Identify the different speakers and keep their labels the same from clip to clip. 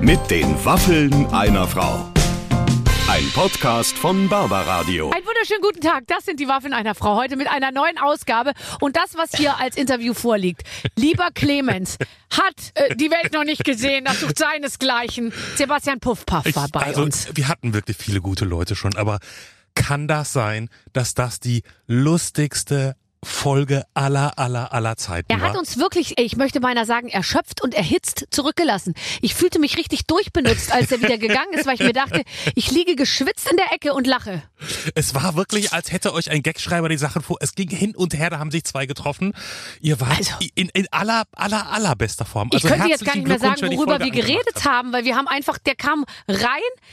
Speaker 1: Mit den Waffeln einer Frau. Ein Podcast von Barbaradio.
Speaker 2: Einen wunderschönen guten Tag. Das sind die Waffen einer Frau heute mit einer neuen Ausgabe. Und das, was hier als Interview vorliegt. Lieber Clemens, hat äh, die Welt noch nicht gesehen. Das sucht seinesgleichen. Sebastian Puffpaff war bei
Speaker 3: also,
Speaker 2: uns.
Speaker 3: wir hatten wirklich viele gute Leute schon, aber kann das sein, dass das die lustigste Folge aller, aller, aller Zeiten
Speaker 2: Er
Speaker 3: war?
Speaker 2: hat uns wirklich, ich möchte meiner sagen, erschöpft und erhitzt zurückgelassen. Ich fühlte mich richtig durchbenutzt, als er wieder gegangen ist, weil ich mir dachte, ich liege geschwitzt in der Ecke und lache.
Speaker 3: es war wirklich, als hätte euch ein Gagschreiber die Sachen vor. Es ging hin und her, da haben sich zwei getroffen. Ihr wart
Speaker 2: Also-
Speaker 3: in, in aller, aller, allerbester Form.
Speaker 2: Ich
Speaker 3: Also
Speaker 2: könnte jetzt gar
Speaker 3: herzlichen
Speaker 2: nicht mehr sagen,
Speaker 3: Glückwunsch, wer die
Speaker 2: worüber
Speaker 3: Folge
Speaker 2: wir
Speaker 3: angemacht
Speaker 2: geredet haben, weil wir haben einfach, der kam rein,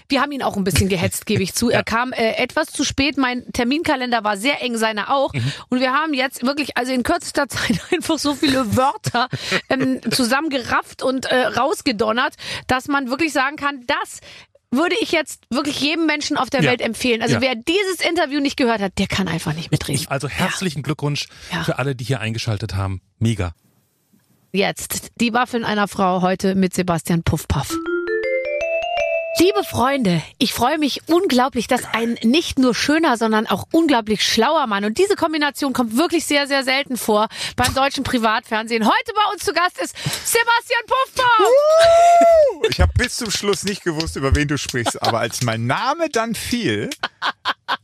Speaker 2: wir haben ihn auch ein bisschen gehetzt, gebe ich zu. Er kam äh, etwas zu spät, mein Terminkalender war sehr eng, seiner auch.
Speaker 3: Mhm.
Speaker 2: Und wir haben jetzt wirklich, also in kürzester Zeit einfach so viele Wörter ähm, zusammengerafft und äh, rausgedonnert, dass man wirklich sagen kann, das würde ich jetzt wirklich jedem Menschen auf der
Speaker 3: Ja.
Speaker 2: Welt empfehlen. Also
Speaker 3: Ja.
Speaker 2: wer dieses Interview nicht gehört hat, der kann einfach nicht mitreden.
Speaker 3: Also herzlichen Glückwunsch
Speaker 2: Ja.
Speaker 3: für alle, die hier eingeschaltet haben. Mega.
Speaker 2: Jetzt die Waffeln einer Frau heute mit Sebastian Puffpaff. Liebe Freunde, ich freue mich unglaublich, dass ein nicht nur schöner, sondern auch unglaublich schlauer Mann und diese Kombination kommt wirklich sehr, sehr selten vor beim deutschen Privatfernsehen. Heute bei uns zu Gast ist Sebastian Puffpaff.
Speaker 4: Ich habe bis zum Schluss nicht gewusst, über wen du sprichst, aber als mein Name dann fiel,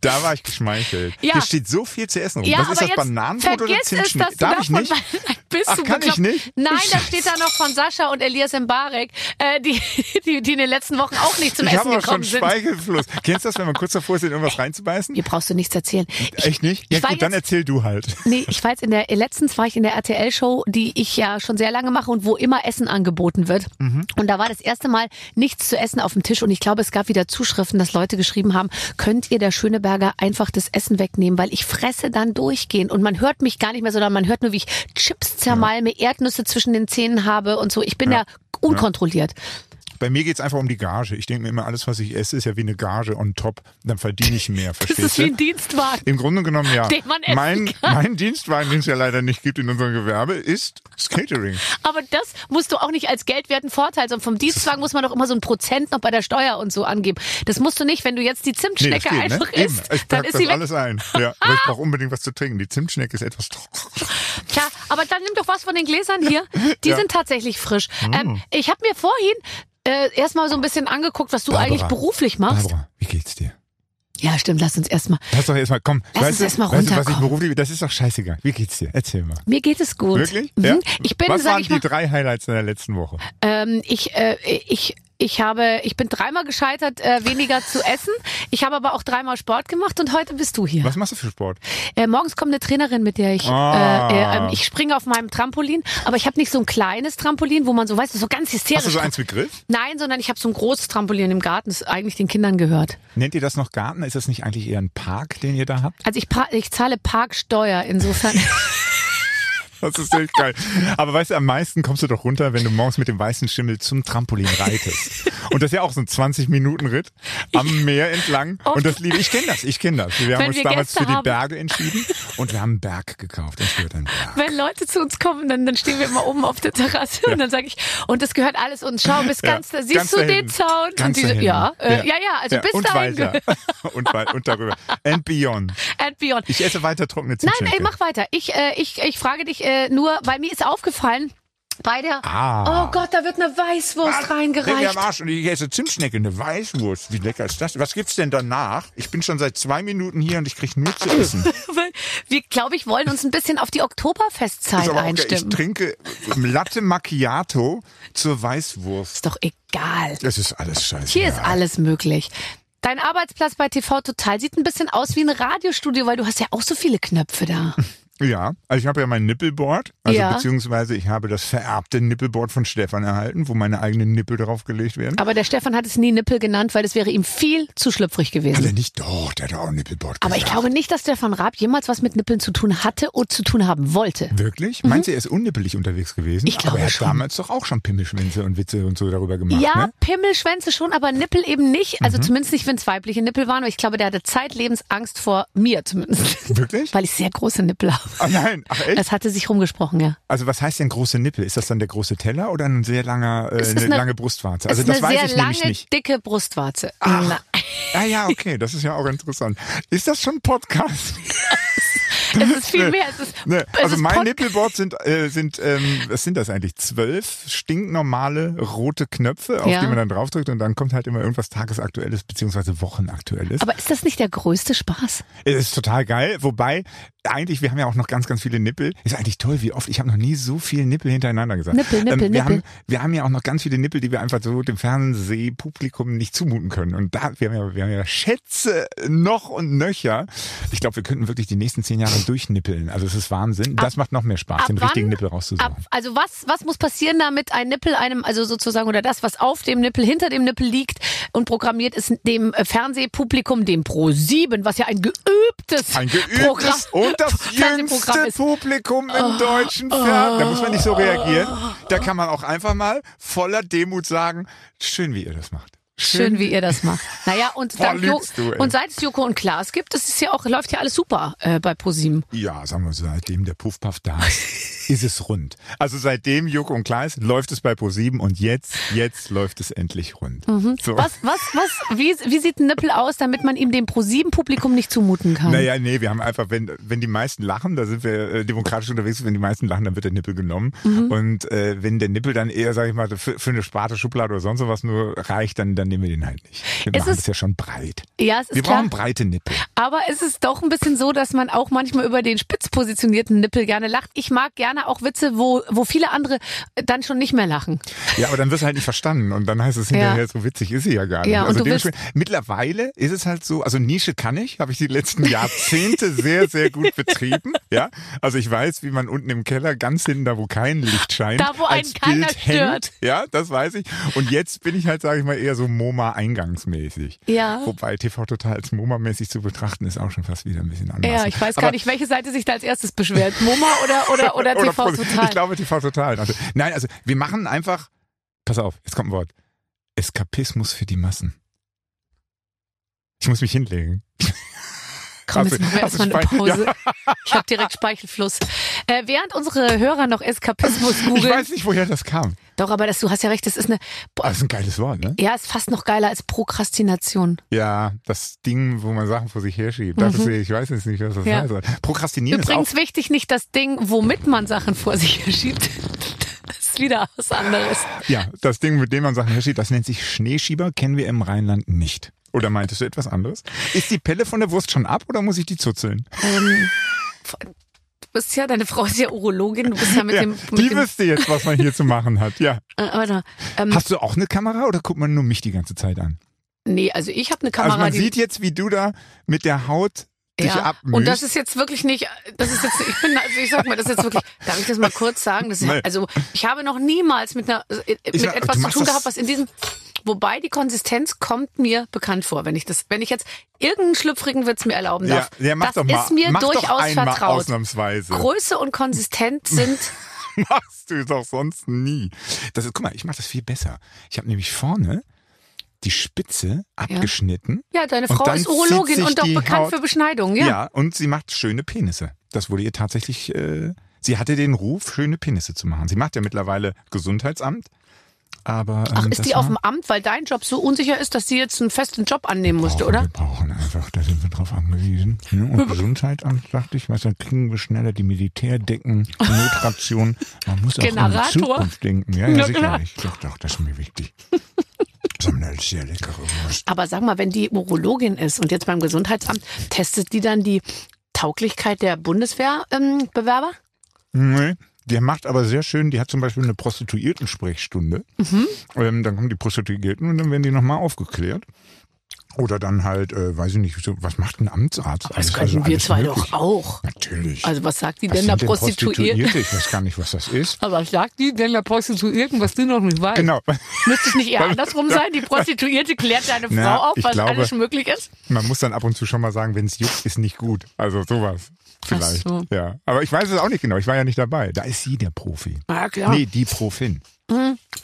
Speaker 4: da war ich geschmeichelt.
Speaker 2: Ja.
Speaker 4: Hier steht so viel zu essen rum. Was ist das Bananenbrot oder
Speaker 2: vergiss es,
Speaker 4: Zimtschnitt?
Speaker 2: dass du
Speaker 4: Darf ich
Speaker 2: davon
Speaker 4: nicht?
Speaker 2: Bist
Speaker 4: Ach,
Speaker 2: du
Speaker 4: kann ich
Speaker 2: bekloppt?
Speaker 4: nicht?
Speaker 2: Nein, da
Speaker 4: Scheiße.
Speaker 2: steht da noch von Sascha und Elias Mbarek, äh, die, die, die in den letzten Wochen auch nicht zum
Speaker 4: Ich
Speaker 2: Essen
Speaker 4: habe auch schon
Speaker 2: gekommen sind.
Speaker 4: Speichelfluss. Kennst du das, wenn man kurz davor ist, in irgendwas reinzubeißen?
Speaker 2: Hier brauchst du nichts erzählen. Ich,
Speaker 4: Echt nicht? Ja
Speaker 2: ich war
Speaker 4: gut, dann
Speaker 2: jetzt-
Speaker 4: erzähl du halt.
Speaker 2: Nee, ich war jetzt in der, letztens war ich in der RTL-Show, die ich ja schon sehr lange mache und wo immer Essen angeboten wird.
Speaker 4: Mhm.
Speaker 2: Und da war das erste Mal nichts zu essen auf dem Tisch und ich glaube, es gab wieder Zuschriften, dass Leute geschrieben haben, könnt ihr der Schöneberger einfach das Essen wegnehmen, weil ich fresse dann durchgehend und man hört mich gar nicht mehr, sondern man hört nur, wie ich Chips zermalme, Erdnüsse zwischen den Zähnen habe und so. Ich bin ja, unkontrolliert.
Speaker 4: Bei mir geht's einfach um die Gage. Ich denke mir immer, alles, was ich esse, ist ja wie eine Gage on top. Dann verdiene ich mehr,
Speaker 2: Das
Speaker 4: verstehst
Speaker 2: ist wie
Speaker 4: du?
Speaker 2: ein Dienstwagen.
Speaker 4: Im Grunde genommen ja.
Speaker 2: Den man essen
Speaker 4: Mein,
Speaker 2: kann.
Speaker 4: mein Dienstwagen, den es ja leider nicht gibt in unserem Gewerbe, ist Skatering.
Speaker 2: Aber das musst du auch nicht als geldwerten Vorteil, sondern vom Dienstwagen muss man doch immer so ein Prozent noch bei der Steuer und so angeben. Das musst du nicht, wenn du jetzt die
Speaker 4: Nee, das
Speaker 2: Zimtschnecke
Speaker 4: geht,
Speaker 2: einfach
Speaker 4: ne?
Speaker 2: isst,
Speaker 4: Eben. Ich
Speaker 2: dann
Speaker 4: pack
Speaker 2: ist
Speaker 4: das
Speaker 2: sie weg.
Speaker 4: alles ein. Ja, aber ich brauche unbedingt was zu trinken. Die Zimtschnecke ist etwas trocken.
Speaker 2: Klar, aber dann nimm doch was von den Gläsern hier. Die
Speaker 4: Ja. Mm.
Speaker 2: sind tatsächlich frisch. Ähm, ich habe mir vorhin äh, erstmal so ein bisschen angeguckt, was du
Speaker 4: Barbara.
Speaker 2: eigentlich beruflich machst.
Speaker 4: Barbara, wie geht's dir?
Speaker 2: Ja, stimmt, lass uns erstmal.
Speaker 4: Lass doch erstmal, komm.
Speaker 2: Lass uns
Speaker 4: weißt du,
Speaker 2: erst mal
Speaker 4: weißt du, was ich
Speaker 2: runterkommen.
Speaker 4: beruflich, das ist doch scheißegal. Wie geht's dir? Erzähl mal.
Speaker 2: Mir geht es gut.
Speaker 4: Wirklich?
Speaker 2: Mhm.
Speaker 4: Ja?
Speaker 2: Ich bin,
Speaker 4: was
Speaker 2: sag
Speaker 4: waren
Speaker 2: ich
Speaker 4: die
Speaker 2: mal,
Speaker 4: drei Highlights in der letzten Woche?
Speaker 2: ähm, ich, äh, ich, ich habe, ich bin dreimal gescheitert, äh, weniger zu essen. Ich habe aber auch dreimal Sport gemacht und heute bist du hier.
Speaker 4: Was machst du für Sport?
Speaker 2: Äh, morgens kommt eine Trainerin, mit der ich,
Speaker 4: Ah.
Speaker 2: äh, äh, ähm, ich springe auf meinem Trampolin, aber ich habe nicht so ein kleines Trampolin, wo man so, weißt du, so ganz hysterisch.
Speaker 4: Hast du so eins mit Griff?
Speaker 2: Nein, sondern ich habe so ein großes Trampolin im Garten, das eigentlich den Kindern gehört.
Speaker 4: Nennt ihr das noch Garten? Ist das nicht eigentlich eher ein Park, den ihr da habt?
Speaker 2: Also ich, pa- ich zahle Parksteuer insofern.
Speaker 4: Das ist echt geil. Aber weißt du, am meisten kommst du doch runter, wenn du morgens mit dem weißen Schimmel zum Trampolin reitest. Und das ist ja auch so ein 20-Minuten-Ritt am Meer entlang. Und das liebe ich. Ich kenne das, ich kenne das. Wir haben
Speaker 2: Wenn
Speaker 4: uns
Speaker 2: wir
Speaker 4: damals
Speaker 2: Gäste
Speaker 4: für die
Speaker 2: haben.
Speaker 4: Berge entschieden und wir haben einen Berg gekauft. Ich würde einen Berg.
Speaker 2: Wenn Leute zu uns kommen, dann, dann stehen wir immer oben auf der Terrasse und dann sage ich, und das gehört alles uns. Schau, bis
Speaker 4: Ja,
Speaker 2: ganz da. Siehst
Speaker 4: ganz
Speaker 2: du
Speaker 4: da
Speaker 2: den
Speaker 4: hinten.
Speaker 2: Zaun? und
Speaker 4: Ganz da
Speaker 2: diese,
Speaker 4: hinten.
Speaker 2: ja, äh, ja, ja, also bis
Speaker 4: und
Speaker 2: dahin.
Speaker 4: weiter. Und, wei- und darüber. And beyond.
Speaker 2: And beyond.
Speaker 4: Ich esse weiter trockene
Speaker 2: Nein,
Speaker 4: Zimtschnecke.
Speaker 2: ey, mach weiter. Ich, äh, ich, ich frage dich äh, nur, weil mir ist aufgefallen, bei der.
Speaker 4: Ah.
Speaker 2: Oh Gott, da wird eine Weißwurst
Speaker 4: Leck mir
Speaker 2: reingereicht.
Speaker 4: am Arsch und ich esse Zimtschnecke, eine Weißwurst. Wie lecker ist das? Was gibt's denn danach? Ich bin schon seit zwei Minuten hier und ich krieg nur zu essen.
Speaker 2: Weil Wir, glaube ich, wollen uns ein bisschen auf die Oktoberfestzeit
Speaker 4: Ist aber auch geil.
Speaker 2: einstimmen.
Speaker 4: Ich trinke Latte Macchiato zur Weißwurst.
Speaker 2: ist doch egal.
Speaker 4: Das ist alles scheiße.
Speaker 2: Hier ist alles möglich. Dein Arbeitsplatz bei TV Total sieht ein bisschen aus wie ein Radiostudio, weil du hast ja auch so viele Knöpfe da.
Speaker 4: Ja, also ich habe ja mein Nippelboard, also
Speaker 2: Ja.
Speaker 4: beziehungsweise ich habe das vererbte Nippelboard von Stefan erhalten, wo meine eigenen Nippel drauf gelegt werden.
Speaker 2: Aber der Stefan hat es nie Nippel genannt, weil es wäre ihm viel zu schlüpfrig
Speaker 4: Hat
Speaker 2: gewesen.
Speaker 4: er nicht? Doch, der hat auch ein Nippelboard
Speaker 2: Aber ich
Speaker 4: gesagt.
Speaker 2: glaube nicht, dass Stefan Raab jemals was mit Nippeln zu tun hatte oder zu tun haben wollte.
Speaker 4: Wirklich? Meinst du, er ist unnippelig unterwegs gewesen?
Speaker 2: Mhm. Ich glaube
Speaker 4: Aber er hat
Speaker 2: schon.
Speaker 4: damals doch auch schon Pimmelschwänze und Witze und so darüber gemacht,
Speaker 2: Ja,
Speaker 4: ne? Mhm.
Speaker 2: Pimmelschwänze schon, aber Nippel eben nicht. Also zumindest nicht, wenn es weibliche Nippel waren. Aber ich glaube, der hatte zeitlebens Angst vor mir zumindest.
Speaker 4: Wirklich?
Speaker 2: Weil ich sehr große Nippel habe.
Speaker 4: Ah, nein, ach echt?
Speaker 2: Es hatte sich rumgesprochen, ja.
Speaker 4: Also was heißt denn große Nippel? Ist das dann der große Teller oder ein sehr langer, äh,
Speaker 2: Es ist
Speaker 4: eine,
Speaker 2: eine-
Speaker 4: lange Brustwarze? Also
Speaker 2: es ist
Speaker 4: das
Speaker 2: eine
Speaker 4: weiß
Speaker 2: sehr
Speaker 4: ich nämlich
Speaker 2: lange,
Speaker 4: nicht.
Speaker 2: dicke Brustwarze. Na,
Speaker 4: Ah ja, okay, das ist ja auch interessant. Ist das schon Podcast?
Speaker 2: es ist viel mehr. Es ist,
Speaker 4: Ne,
Speaker 2: es
Speaker 4: also
Speaker 2: ist
Speaker 4: mein
Speaker 2: Pod-
Speaker 4: Nippelboard sind, äh, sind ähm, was sind das eigentlich? Zwölf stinknormale rote Knöpfe, auf
Speaker 2: Ja.
Speaker 4: die man dann draufdrückt und dann kommt halt immer irgendwas Tagesaktuelles beziehungsweise Wochenaktuelles.
Speaker 2: Aber ist das nicht der größte Spaß?
Speaker 4: Es ist total geil, wobei eigentlich, wir haben ja auch noch ganz, ganz viele Nippel. Ist eigentlich toll, wie oft, ich habe noch nie so viel Nippel hintereinander gesagt. Ähm,
Speaker 2: Nippel, Nippel,
Speaker 4: wir,
Speaker 2: Nippel.
Speaker 4: Haben, wir haben ja auch noch ganz viele Nippel, die wir einfach so dem Fernsehpublikum nicht zumuten können. Und da, wir haben ja, wir haben ja Schätze noch und nöcher. Ich glaube, wir könnten wirklich die nächsten zehn Jahre durchnippeln. Also es ist Wahnsinn. Das macht noch mehr Spaß,
Speaker 2: ab
Speaker 4: den richtigen
Speaker 2: wann-
Speaker 4: Nippel rauszusuchen.
Speaker 2: Ab, also was, was muss passieren, damit ein Nippel einem, also sozusagen, oder das, was auf dem Nippel, hinter dem Nippel liegt und programmiert ist, dem äh, Fernsehpublikum, dem Pro7, was ja ein geübtes,
Speaker 4: Ein geübtes
Speaker 2: Programm,
Speaker 4: und das
Speaker 2: Fernsehprogramm
Speaker 4: jüngste
Speaker 2: ist. Ah,
Speaker 4: Publikum im deutschen Fernsehen. Da muss man nicht so reagieren. Da kann man auch einfach mal voller Demut sagen, schön, wie ihr das macht.
Speaker 2: Schön, wie ihr das macht. Naja, und,
Speaker 4: Boah,
Speaker 2: dank Jo-
Speaker 4: lügst du, ey.
Speaker 2: und seit es Joko und Klaas gibt, das ist ja auch, läuft ja alles super äh, bei ProSieben.
Speaker 4: Ja, sagen wir, seitdem der Puffpuff da ist, ist es rund. Also seitdem Juck und Kleis läuft es bei ProSieben und jetzt, jetzt läuft es endlich rund. So.
Speaker 2: Mhm. Was, was, was, wie, wie sieht ein Nippel aus, damit man ihm dem ProSieben-Publikum nicht zumuten kann?
Speaker 4: Naja, nee, wir haben einfach, wenn, wenn die meisten lachen, da sind wir äh, demokratisch unterwegs, wenn die meisten lachen, dann wird der Nippel genommen.
Speaker 2: Mhm.
Speaker 4: Und äh, wenn der Nippel dann eher, sag ich mal, für, für eine Sparte, Schublade oder sonst was nur reicht, dann, dann nehmen wir den halt nicht. Wir
Speaker 2: Es
Speaker 4: machen
Speaker 2: ist-
Speaker 4: das ja schon breit.
Speaker 2: Ja, es ist
Speaker 4: Wir
Speaker 2: klar.
Speaker 4: brauchen breite Nippel.
Speaker 2: Aber es ist doch ein bisschen so, dass man auch manchmal über den spitz positionierten Nippel gerne lacht. Ich mag gerne auch Witze, wo, wo viele andere dann schon nicht mehr lachen.
Speaker 4: Ja, aber dann wirst du halt nicht verstanden und dann heißt es hinterher,
Speaker 2: Ja.
Speaker 4: so witzig ist sie ja gar nicht.
Speaker 2: Ja, und
Speaker 4: also
Speaker 2: du willst-
Speaker 4: dementsprechend- mittlerweile ist es halt so, also Nische kann ich, habe ich die letzten Jahrzehnte sehr, sehr gut betrieben. Ja, also ich weiß, wie man unten im Keller ganz hinten da, wo kein Licht scheint,
Speaker 2: Da, wo einen
Speaker 4: als
Speaker 2: keiner
Speaker 4: Bild
Speaker 2: stört.
Speaker 4: hängt. Ja, das weiß ich. Und jetzt bin ich halt, sage ich mal, eher so MoMA-eingangsmäßig.
Speaker 2: Ja.
Speaker 4: Wobei TV Total als MoMA-mäßig zu betrachten ist auch schon fast wieder ein bisschen anders.
Speaker 2: Ja, ich weiß gar
Speaker 4: Aber
Speaker 2: nicht, welche Seite sich da als erstes beschwert. Moma oder, oder, oder TV
Speaker 4: Pro- Ich
Speaker 2: Total.
Speaker 4: glaube TV Total. Also, nein, also wir machen einfach, pass auf, jetzt kommt ein Wort. Eskapismus für die Massen. Ich muss mich hinlegen.
Speaker 2: Komm,
Speaker 4: hast
Speaker 2: jetzt
Speaker 4: du-
Speaker 2: machen wir
Speaker 4: hast du
Speaker 2: erstmal eine
Speaker 4: Speichel-
Speaker 2: Pause. Ich habe direkt Speichelfluss. Äh, während unsere Hörer noch Eskapismus
Speaker 4: Ich
Speaker 2: googeln.
Speaker 4: weiß nicht, woher das kam.
Speaker 2: Doch, aber das, du hast ja recht, das ist eine.
Speaker 4: Aber
Speaker 2: Boah,
Speaker 4: Das ist ein geiles Wort, ne?
Speaker 2: ja, ist fast noch geiler als Prokrastination.
Speaker 4: Ja, das Ding, wo man Sachen vor sich herschiebt. Das ist, ich weiß jetzt nicht, was das
Speaker 2: Mhm. Ja.
Speaker 4: heißt. Prokrastinieren ist auch
Speaker 2: Übrigens wichtig, nicht das Ding, womit man Sachen vor sich herschiebt. Das ist wieder was anderes.
Speaker 4: Ja, das Ding, mit dem man Sachen herschiebt, das nennt sich Schneeschieber, kennen wir im Rheinland nicht. Oder meintest du etwas anderes? Ist die Pelle von der Wurst schon ab oder muss ich die zuzeln?
Speaker 2: Ähm, du bist ja, deine Frau ist ja Urologin, du bist ja mit
Speaker 4: ja,
Speaker 2: dem. Mit
Speaker 4: die
Speaker 2: dem,
Speaker 4: wüsste jetzt, was man hier zu machen hat. Ja.
Speaker 2: äh, warte mal. ähm,
Speaker 4: Hast du auch eine Kamera oder guckt man nur mich die ganze Zeit an?
Speaker 2: nee, also ich habe eine Kamera,
Speaker 4: also man
Speaker 2: die.
Speaker 4: sieht jetzt, wie du da mit der Haut dich
Speaker 2: ja,
Speaker 4: abmühst.
Speaker 2: und das ist jetzt wirklich nicht, das ist jetzt, ich bin, also ich sag mal, das ist jetzt wirklich, darf ich das mal kurz sagen? Das ist,
Speaker 4: Nee.
Speaker 2: Also ich habe noch niemals mit einer, äh, mit
Speaker 4: sag, du
Speaker 2: etwas zu
Speaker 4: machst
Speaker 2: tun
Speaker 4: das-
Speaker 2: gehabt, was in diesem, wobei die Konsistenz kommt mir bekannt vor, wenn ich das, wenn ich jetzt irgendeinen schlüpfrigen Witz mir erlauben
Speaker 4: ja,
Speaker 2: darf.
Speaker 4: ja, mach
Speaker 2: das
Speaker 4: doch mal.
Speaker 2: ist mir
Speaker 4: mach doch
Speaker 2: durchaus
Speaker 4: einmal
Speaker 2: vertraut.
Speaker 4: Ausnahmsweise.
Speaker 2: Größe und Konsistenz sind
Speaker 4: Machst du doch sonst nie. Das ist, guck mal, ich mache das viel besser. Ich habe nämlich vorne die Spitze abgeschnitten.
Speaker 2: Ja, deine
Speaker 4: Und
Speaker 2: Frau
Speaker 4: dann
Speaker 2: ist
Speaker 4: zieht
Speaker 2: Urologin
Speaker 4: sich
Speaker 2: und doch
Speaker 4: die
Speaker 2: bekannt
Speaker 4: Haut-
Speaker 2: für Beschneidung, ja.
Speaker 4: Ja. und sie macht schöne Penisse. Das wurde ihr tatsächlich, äh, sie hatte den Ruf, schöne Penisse zu machen. Sie macht ja mittlerweile Gesundheitsamt. Aber, ähm,
Speaker 2: Ach, ist
Speaker 4: das
Speaker 2: die auf
Speaker 4: war-
Speaker 2: dem Amt, weil dein Job so unsicher ist, dass sie jetzt einen festen Job annehmen musste,
Speaker 4: brauchen,
Speaker 2: oder?
Speaker 4: Wir brauchen einfach, da sind wir drauf angewiesen. Ne? Und Gesundheitsamt, dachte ich, was, dann kriegen wir schneller die Militärdecken, Notration. Man muss auch an
Speaker 2: Generator.
Speaker 4: die Zukunft denken. Ja, ja,
Speaker 2: Na klar.
Speaker 4: sicherlich. Doch, doch, das ist mir wichtig. So eine sehr leckere Wurst.
Speaker 2: Aber sag mal, wenn die Urologin ist und jetzt beim Gesundheitsamt, testet die dann die Tauglichkeit der ähm, Bundeswehrbewerber?
Speaker 4: Nee. Der macht aber sehr schön, die hat zum Beispiel eine Prostituierten-Sprechstunde.
Speaker 2: Mhm.
Speaker 4: Ähm, dann kommen die Prostituierten und dann werden die nochmal aufgeklärt. Oder dann halt, äh, weiß ich nicht, so, was macht ein Amtsarzt?
Speaker 2: das
Speaker 4: Alles-
Speaker 2: könnten
Speaker 4: also
Speaker 2: wir
Speaker 4: alles
Speaker 2: zwei
Speaker 4: möglich.
Speaker 2: doch auch.
Speaker 4: Natürlich.
Speaker 2: Also was sagt die
Speaker 4: Was
Speaker 2: denn der
Speaker 4: sind
Speaker 2: Prostituierten?
Speaker 4: Ich weiß gar nicht, was das ist.
Speaker 2: Aber was sagt die denn der Prostituierten, was du noch nicht weißt?
Speaker 4: Genau.
Speaker 2: Müsste es nicht eher andersrum sein? Die Prostituierte klärt deine
Speaker 4: Na,
Speaker 2: Frau auf,
Speaker 4: ich
Speaker 2: was
Speaker 4: glaube-
Speaker 2: alles möglich ist?
Speaker 4: Man muss dann ab und zu schon mal sagen, wenn es juckt, ist nicht gut. Also sowas. Vielleicht.
Speaker 2: Ach so.
Speaker 4: Ja. Aber ich weiß es auch nicht genau. Ich war ja nicht dabei. Da ist sie der Profi.
Speaker 2: Na klar.
Speaker 4: Nee, die Profin.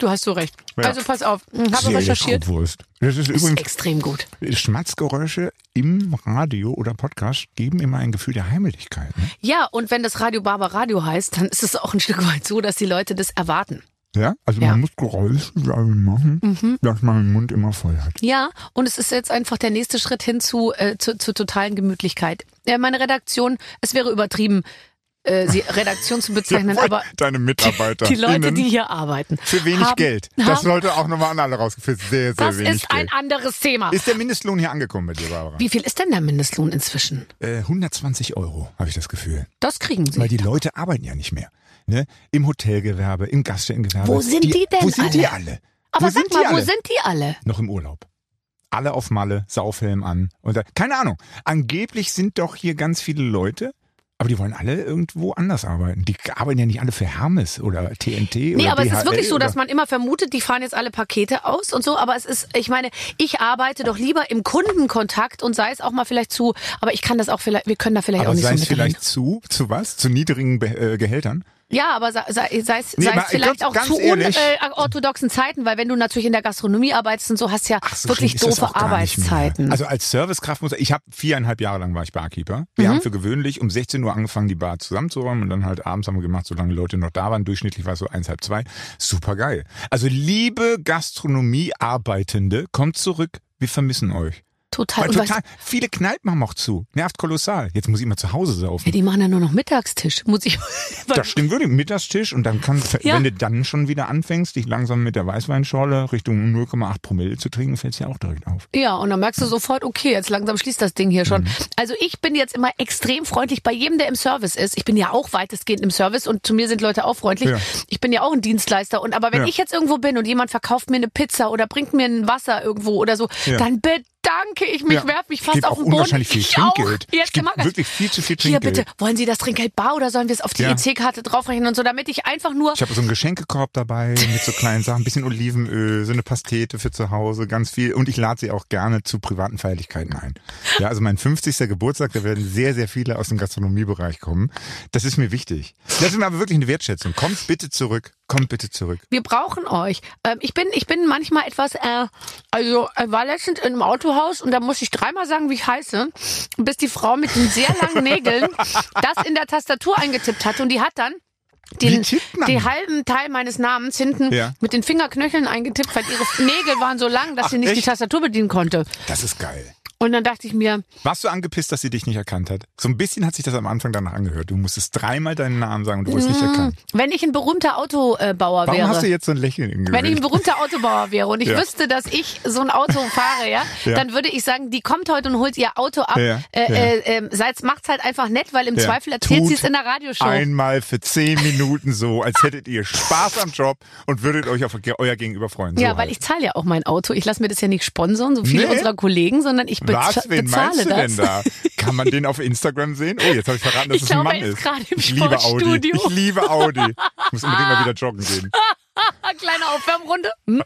Speaker 2: Du hast so recht.
Speaker 4: Ja.
Speaker 2: Also pass auf, habe
Speaker 4: Sehr
Speaker 2: recherchiert.
Speaker 4: leckere Wurst. Das ist
Speaker 2: Ist
Speaker 4: übrigens
Speaker 2: extrem gut.
Speaker 4: Schmatzgeräusche im Radio oder Podcast geben immer ein Gefühl der Heimeligkeit. Ne?
Speaker 2: Ja, und wenn das Radio Barber Radio heißt, dann ist es auch ein Stück weit so, dass die Leute das erwarten.
Speaker 4: Ja, also
Speaker 2: Ja. Mhm.
Speaker 4: man muss Geräusche damit machen, dass man den Mund immer voll hat.
Speaker 2: Ja, und es ist jetzt einfach der nächste Schritt hin zu, äh, zu, zur totalen Gemütlichkeit. Äh, meine Redaktion, es wäre übertrieben, äh, sie Redaktion zu bezeichnen, aber
Speaker 4: Deine Mitarbeiter.
Speaker 2: die Leute,
Speaker 4: innen,
Speaker 2: die hier arbeiten.
Speaker 4: für wenig
Speaker 2: haben,
Speaker 4: Geld. Das
Speaker 2: Haben,
Speaker 4: sollte auch nochmal an alle rausgeführt. Sehr, sehr
Speaker 2: das
Speaker 4: wenig
Speaker 2: ist ein
Speaker 4: Geld.
Speaker 2: anderes Thema.
Speaker 4: Ist der Mindestlohn hier angekommen bei dir, Barbara?
Speaker 2: Wie viel ist denn der Mindestlohn inzwischen?
Speaker 4: Äh, 120 Euro, habe ich das Gefühl.
Speaker 2: Das kriegen sie.
Speaker 4: Weil die Leute arbeiten ja nicht mehr. Ne? Im Hotelgewerbe, im Gaststättengewerbe.
Speaker 2: Wo sind die denn
Speaker 4: Wo sind die
Speaker 2: alle?
Speaker 4: alle?
Speaker 2: aber
Speaker 4: wo
Speaker 2: sag
Speaker 4: sind
Speaker 2: mal,
Speaker 4: die
Speaker 2: wo
Speaker 4: alle?
Speaker 2: sind die alle?
Speaker 4: Noch im Urlaub. Alle auf Malle, Saufhelm an. Und da, keine Ahnung. Angeblich sind doch hier ganz viele Leute, aber die wollen alle irgendwo anders arbeiten. Die arbeiten ja nicht alle für Hermes oder TNT oder
Speaker 2: Nee, aber es ist
Speaker 4: DHL
Speaker 2: wirklich so,
Speaker 4: oder-
Speaker 2: dass man immer vermutet, die fahren jetzt alle Pakete aus und so. Aber es ist, ich meine, ich arbeite doch lieber im Kundenkontakt und sei es auch mal vielleicht zu. Aber ich kann das auch vielleicht, wir können da vielleicht
Speaker 4: Aber
Speaker 2: auch nicht
Speaker 4: sei
Speaker 2: so
Speaker 4: es
Speaker 2: mit rein.
Speaker 4: vielleicht zu, zu was? Zu niedrigen Be äh, Gehältern?
Speaker 2: Ja, aber sei, sei, sei es
Speaker 4: Nee,
Speaker 2: sei
Speaker 4: aber
Speaker 2: es vielleicht
Speaker 4: ganz-
Speaker 2: auch
Speaker 4: ganz
Speaker 2: zu
Speaker 4: ehrlich-
Speaker 2: unorthodoxen äh, orthodoxen Zeiten, weil wenn du natürlich in der Gastronomie arbeitest und so, hast du ja
Speaker 4: Ach, so
Speaker 2: wirklich
Speaker 4: schlimm ist das
Speaker 2: doofe
Speaker 4: auch gar nicht mehr.
Speaker 2: Arbeitszeiten.
Speaker 4: Also als Servicekraft muss ich habe viereinhalb Jahre lang war ich Barkeeper.
Speaker 2: Mhm.
Speaker 4: Wir haben für gewöhnlich um 16 Uhr angefangen, die Bar zusammenzuräumen und dann halt abends haben wir gemacht, solange die Leute noch da waren. Durchschnittlich war es so eins, halb zwei. Super geil. Also liebe Gastronomiearbeitende, kommt zurück. Wir vermissen euch.
Speaker 2: total. Ah,
Speaker 4: Weil
Speaker 2: Und weißt,
Speaker 4: total, viele Kneipen haben auch zu. Nervt kolossal. Jetzt muss ich immer zu Hause
Speaker 2: ja,
Speaker 4: saufen.
Speaker 2: die machen ja nur noch Mittagstisch. Muss ich.
Speaker 4: Das stimmt wirklich. Mittagstisch und dann kann,
Speaker 2: Ja.
Speaker 4: wenn du dann schon wieder anfängst, dich langsam mit der Weißweinschorle Richtung 0,8 Promille zu trinken, fällt es ja auch direkt auf.
Speaker 2: Ja, und dann merkst du sofort, okay, jetzt langsam schließt das Ding hier schon.
Speaker 4: Mhm.
Speaker 2: Also ich bin jetzt immer extrem freundlich bei jedem, der im Service ist. Ich bin ja auch weitestgehend im Service und zu mir sind Leute auch freundlich.
Speaker 4: Ja.
Speaker 2: Ich bin ja auch ein Dienstleister. Und aber wenn
Speaker 4: Ja.
Speaker 2: ich jetzt irgendwo bin und jemand verkauft mir eine Pizza oder bringt mir ein Wasser irgendwo oder so,
Speaker 4: Ja.
Speaker 2: dann bedanke ich mich,
Speaker 4: Ja.
Speaker 2: werf mich
Speaker 4: Es
Speaker 2: fast
Speaker 4: gibt
Speaker 2: auf
Speaker 4: auch
Speaker 2: den Boden.
Speaker 4: unwahrscheinlich viel
Speaker 2: ich
Speaker 4: Trinkgeld.
Speaker 2: Auch.
Speaker 4: Es
Speaker 2: Jetzt
Speaker 4: gibt
Speaker 2: mal ganz-
Speaker 4: wirklich viel zu viel
Speaker 2: Hier bitte,
Speaker 4: Trinkgeld.
Speaker 2: wollen Sie das Trinkgeld bar oder sollen wir es auf die
Speaker 4: Ja.
Speaker 2: EC-Karte draufrechnen und so, damit ich einfach nur
Speaker 4: Ich habe so einen Geschenkekorb dabei mit so kleinen Sachen, ein bisschen Olivenöl, so eine Pastete für zu Hause, ganz viel. Und ich lade sie auch gerne zu privaten Feierlichkeiten ein. Ja, also mein 50. Geburtstag, da werden sehr, sehr viele aus dem Gastronomiebereich kommen. Das ist mir wichtig. Das ist mir aber wirklich eine Wertschätzung. Kommt bitte zurück. Kommt bitte zurück.
Speaker 2: wir brauchen euch. Ähm, ich bin, ich bin manchmal etwas, äh, also äh, war letztens in einem Autohaus und da musste ich dreimal sagen, wie ich heiße, bis die Frau mit den sehr langen Nägeln das in der Tastatur eingetippt hatte und die hat dann
Speaker 4: Wie
Speaker 2: den,
Speaker 4: tippt man?
Speaker 2: den halben Teil meines Namens hinten
Speaker 4: Ja.
Speaker 2: mit den Fingerknöcheln eingetippt, weil ihre Nägel waren so lang, dass sie nicht die
Speaker 4: echt?
Speaker 2: Tastatur bedienen konnte.
Speaker 4: Das ist geil.
Speaker 2: Und dann dachte ich mir,
Speaker 4: Warst du angepisst, dass sie dich nicht erkannt hat? So ein bisschen hat sich das am Anfang danach angehört. Du musstest dreimal deinen Namen sagen und du wurdest nicht erkannt.
Speaker 2: wenn ich ein berühmter Autobauer
Speaker 4: Warum
Speaker 2: wäre.
Speaker 4: hast du jetzt so ein Lächeln im
Speaker 2: Wenn ich ein
Speaker 4: Gesicht?
Speaker 2: berühmter Autobauer wäre und ich
Speaker 4: Ja.
Speaker 2: wüsste, dass ich so ein Auto fahre, ja,
Speaker 4: Ja.
Speaker 2: dann würde ich sagen, die kommt heute und holt ihr Auto ab.
Speaker 4: Ja,
Speaker 2: Äh,
Speaker 4: ja.
Speaker 2: Äh, äh, seid's- macht's halt einfach nett, weil im
Speaker 4: Ja.
Speaker 2: Zweifel erzählt
Speaker 4: Tut
Speaker 2: sie es in der Radioshow.
Speaker 4: Einmal für zehn Minuten so, als hättet ihr Spaß am Job und würdet euch auf euer Gegenüber freuen. So
Speaker 2: ja, weil
Speaker 4: halt.
Speaker 2: ich zahle ja auch mein Auto. Ich lasse mir das ja nicht sponsern, so viele
Speaker 4: Nee.
Speaker 2: unserer Kollegen, sondern ich bez
Speaker 4: Was, wen
Speaker 2: bezahle das.
Speaker 4: meinst du denn da? Kann man den auf Instagram sehen? Oh, jetzt habe ich verraten, dass
Speaker 2: Ich
Speaker 4: es ein
Speaker 2: glaube,
Speaker 4: Mann
Speaker 2: er ist
Speaker 4: ist.
Speaker 2: gerade im
Speaker 4: ich liebe Audi.
Speaker 2: Sportstudio.
Speaker 4: Ich liebe Audi. Ich muss unbedingt mal wieder joggen gehen.
Speaker 2: Ah, kleine Aufwärmrunde. Hm?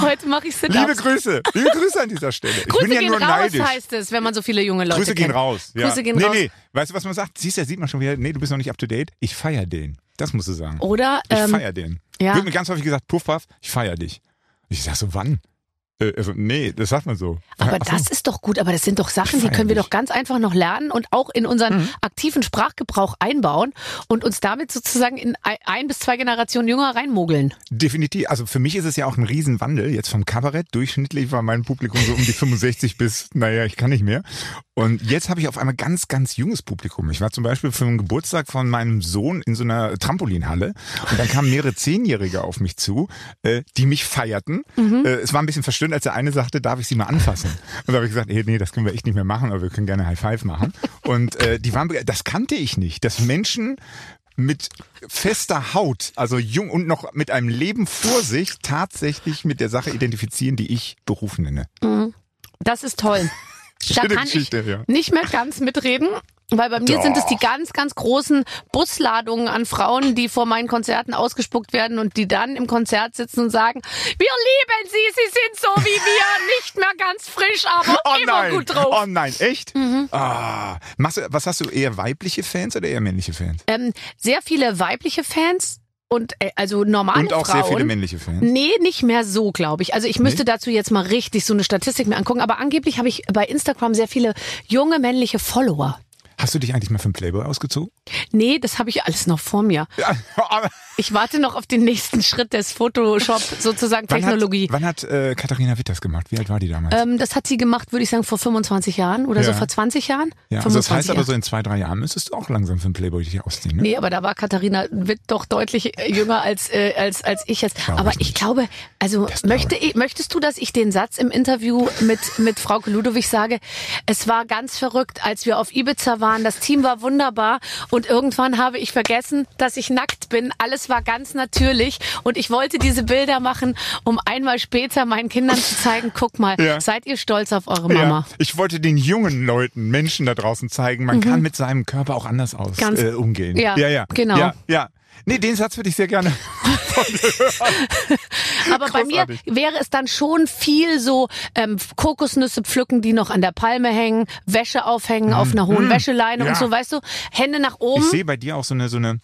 Speaker 2: Heute mache ich sit
Speaker 4: Liebe Grüße. Liebe Grüße an dieser Stelle. ich
Speaker 2: Grüße
Speaker 4: bin ja
Speaker 2: gehen
Speaker 4: nur
Speaker 2: raus,
Speaker 4: neidisch.
Speaker 2: heißt es, wenn man so viele junge Leute
Speaker 4: Grüße gehen
Speaker 2: kennt.
Speaker 4: raus. Ja.
Speaker 2: Grüße gehen
Speaker 4: nee,
Speaker 2: raus.
Speaker 4: Nee, weißt du, was man sagt? Siehst du, da sieht man schon wieder, nee, du bist noch nicht up to date. Ich feier den. Das musst du sagen.
Speaker 2: Oder
Speaker 4: Ich
Speaker 2: ähm,
Speaker 4: feier den.
Speaker 2: ja.
Speaker 4: Wird mir ganz häufig gesagt, Puff, Puff, ich feier dich. Ich sag so, wann? Äh, also, nee, das sagt man so.
Speaker 2: Aber
Speaker 4: Ach so.
Speaker 2: das ist doch gut, aber das sind doch Sachen, die
Speaker 4: Feier
Speaker 2: können wir
Speaker 4: dich.
Speaker 2: doch ganz einfach noch lernen und auch in unseren
Speaker 4: Mhm.
Speaker 2: aktiven Sprachgebrauch einbauen und uns damit sozusagen in ei- ein bis zwei Generationen jünger reinmogeln.
Speaker 4: Definitiv. Also für mich ist es ja auch ein Riesenwandel jetzt vom Kabarett. Durchschnittlich war mein Publikum so um die 65 bis, naja, ich kann nicht mehr. Und jetzt habe ich auf einmal ganz, ganz junges Publikum. Ich war zum Beispiel für einen Geburtstag von meinem Sohn in so einer Trampolinhalle und dann kamen mehrere Zehnjährige auf mich zu, äh, die mich feierten. Äh, es war ein bisschen verstörend, als der eine sagte, darf ich sie mal anfassen? Und da habe ich gesagt, ey, nee, das können wir echt nicht mehr machen, aber wir können gerne High Five machen. Und äh, die waren, bege- das kannte ich nicht, dass Menschen mit fester Haut, also jung und noch mit einem Leben vor sich, tatsächlich mit der Sache identifizieren, die ich Beruf nenne.
Speaker 2: Das ist toll. Da
Speaker 4: Schöne
Speaker 2: kann ich
Speaker 4: Geschichte, ja.
Speaker 2: nicht mehr ganz mitreden, weil bei mir sind es die ganz, ganz großen Busladungen an Frauen, die vor meinen Konzerten ausgespuckt werden und die dann im Konzert sitzen und sagen, wir lieben sie, sie sind so wie wir, nicht mehr ganz frisch, aber immer
Speaker 4: nein!
Speaker 2: gut drauf. Mhm.
Speaker 4: Oh nein, echt? Ah,
Speaker 2: Äh,
Speaker 4: machst du, was hast du, eher weibliche Fans oder eher männliche Fans?
Speaker 2: ähm, sehr viele weibliche Fans. und äh, also normale
Speaker 4: Und auch
Speaker 2: Frauen. Mhm.
Speaker 4: sehr viele männliche Fans.
Speaker 2: Nee, nicht mehr so, glaube ich. Also ich müsste dazu jetzt mal richtig so eine Statistik mir angucken. Aber angeblich habe ich bei Instagram sehr viele junge männliche Follower.
Speaker 4: Hast du dich eigentlich mal für den Playboy ausgezogen?
Speaker 2: Nee, das habe ich alles noch vor mir.
Speaker 4: Ja, aber-
Speaker 2: Ich warte noch auf den nächsten Schritt des Photoshop sozusagen
Speaker 4: wann hat,
Speaker 2: Technologie.
Speaker 4: wann hat äh, Katharina Witt das gemacht? Wie alt war die damals?
Speaker 2: ähm, das hat sie gemacht, würde ich sagen, vor 25 Jahren oder so
Speaker 4: Ja.
Speaker 2: vor 20 Jahren.
Speaker 4: ja, also das
Speaker 2: 25
Speaker 4: heißt aber
Speaker 2: Jahre.
Speaker 4: so in zwei, drei Jahren müsstest du auch langsam für den Playboy dich ausziehen. Ne?
Speaker 2: Nee, aber da war Katharina Witt doch deutlich äh, jünger als, äh, als, als ich jetzt.
Speaker 4: Glaub
Speaker 2: aber
Speaker 4: ich
Speaker 2: ich,
Speaker 4: nicht.
Speaker 2: glaube, also
Speaker 4: Das glaub
Speaker 2: möchte, ich, möchtest du, dass ich den Satz im Interview mit, mit Frau Ludowig sage, es war ganz verrückt, als wir auf Ibiza waren, das Team war wunderbar und irgendwann habe ich vergessen, dass ich nackt bin. Alles war ganz natürlich und ich wollte diese Bilder machen, um einmal später meinen Kindern zu zeigen, guck mal,
Speaker 4: Ja.
Speaker 2: seid ihr stolz auf eure Mama. Mhm.
Speaker 4: Ja, ich wollte den jungen Leuten, Menschen da draußen zeigen, man kann mit seinem Körper auch anders aus
Speaker 2: Ganz-
Speaker 4: äh, umgehen.
Speaker 2: Ja,
Speaker 4: ja, ja.
Speaker 2: genau. Mhm.
Speaker 4: Ja, ja. Nee, den Satz würde ich sehr gerne.
Speaker 2: Aber bei mir
Speaker 4: Großartig.
Speaker 2: wäre es dann schon viel so ähm, Kokosnüsse pflücken, die noch an der Palme hängen, Wäsche aufhängen auf einer hohen Wäscheleine
Speaker 4: Mhm. Ja.
Speaker 2: und so, weißt du, Hände nach
Speaker 4: Ich
Speaker 2: oben.
Speaker 4: sehe bei dir auch so eine, so eine,